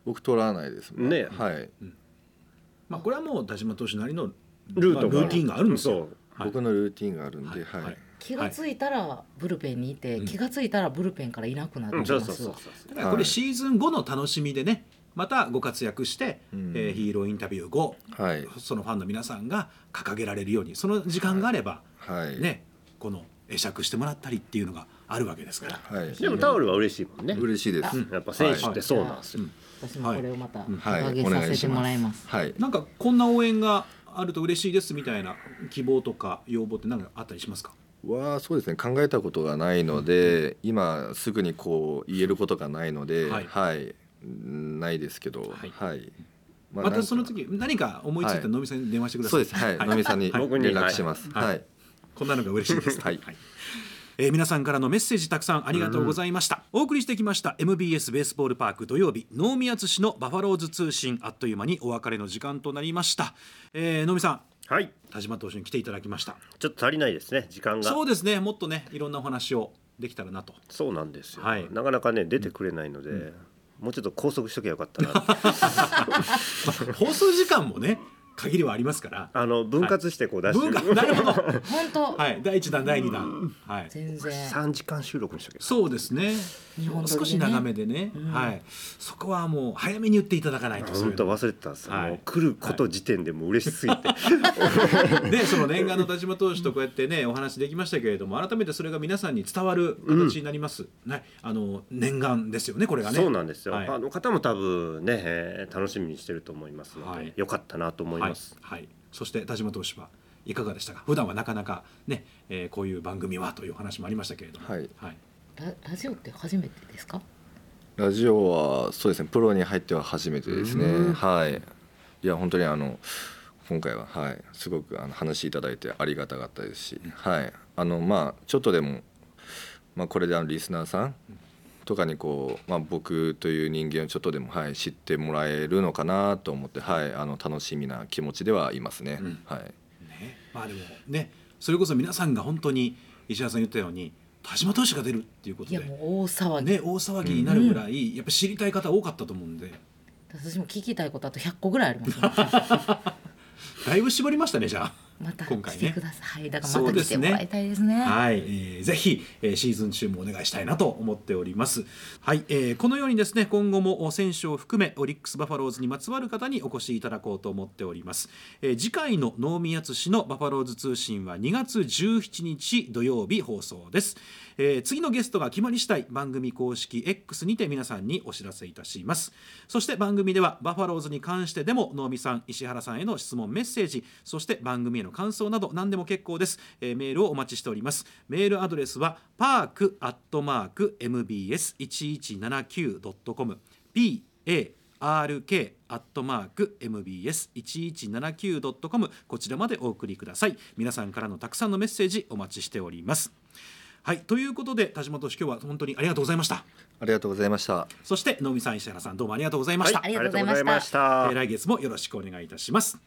僕取らないですもんねはいまあこれはもう田島投手なりのルートが、まあルーティンがあるんですよ。はい僕のルーティンがあるんで、はいはい気がついたらブルペンにいて、気がついたらブルペンからいなくなってうまん、すそわ、うそうそうそだうからこはれいシーズン後の楽しみでね、またご活躍して、んえーヒーローインタビュー後、はいそのファンの皆さんが掲げられるように、その時間があれば、はい、ね、この会釈してもらったりっていうのがあるわけですから。はい、でもタオルは嬉しいもんね、嬉しいです、やっぱ選手ってそうなんですよ、私もこれをまたはい、掲げさせてもらいます,、はい、なんかこんな応援があると嬉しいですみたいな希望とか要望って何かあったりしますか？はそうですね考えたことがないので、今すぐにこう言えることがないので、ははいいうんないですけど、ははいいままあなんたかその時何か思いついたら能見さんに電話してくださそい、うですはい野見さんにはい連僕に絡します。はいはいこんなのが嬉しいです、はいえー皆さんからのメッセージたくさんありがとうございました、お送りしてきました MBS ベースボールパーク土曜日能見淳のバファローズ通信あっという間にお別れの時間となりました、えー、能見さんはい田島投手に来ていただきましたちょっと足りないですね時間がそうですねもっとねいろんなお話をできたらなとそうなんですよ、はいなかなかね出てくれないので、もうちょっと拘束しときゃよかったな 放送時間もね限りはありますからあの分割してこう出して文化る、なるほど本当、はい第一弾第二弾はい全然3時間収録にしときゃそうですね日本撮りでね少し長めでね、はいそこはもう早めに言っていただかないとそうい本う当の忘れてたんですよ、はいもう来ること時点でもう嬉しすぎて、でその念願の田島投手とこうやってねお話できましたけれども改めてそれが皆さんに伝わる形になります、ねあの念願ですよねこれがねそうなんですよ、はいあの方も多分ね、えー楽しみにしてると思いますので、はいよかったなと思いはいます、はい、そして田島投手はいかがでしたか普段はなかなかね、えーこういう番組はというお話もありましたけれどもはいはいララジオって初めてですかラジオはそうですねプロに入っては初めてですうんねはいいや本当にあの今回ははいすごくあの話いただいてありがたかったですしはいあのまあちょっとでもまあこれであのリスナーさんとかにこうまあ僕という人間をちょっとでもはい知ってもらえるのかなと思ってはいあの楽しみな気持ちではいますねうんはいね、まあでもねそれこそ皆さんが本当に石原さん言ったように田島投手が出るっていうこといでやもう大騒ぎ、ね、大騒ぎになるぐらい、やっぱ知りたい方多かったと思うんで私も聞きたいことあと100個ぐらいあります もんだいぶ絞りましたねじゃあ。また今回来ねてください、はいだからそまうたで来すてねもらいたいですねはい、えーぜひ、えーシーズン中もお願いしたいなと思っております。はい、えーこのようにですね、今後もお選手を含めオリックスバファローズにまつわる方にお越しいただこうと思っております。えー次回の能見淳のバファローズ通信は2月17日土曜日放送です。えー次のゲストが決まり次第番組公式 X にて皆さんにお知らせいたしますそして番組ではバファローズに関してでも能見さん石原さんへの質問メッセージそして番組への感想など何でも結構です、えーメールをお待ちしておりますメールアドレスはパークアットマーク MBS1179.com p a rk アットマーク mbs 一一七九ドットコムこちらまでお送りください。皆さんからのたくさんのメッセージお待ちしております。はいということで田島投手今日は本当にありがとうございました。ありがとうございましたそして能見さん石原さんどうもありがとうございました。ありがとうございましたありがとうございましたえー来月もよろしくお願いいたします。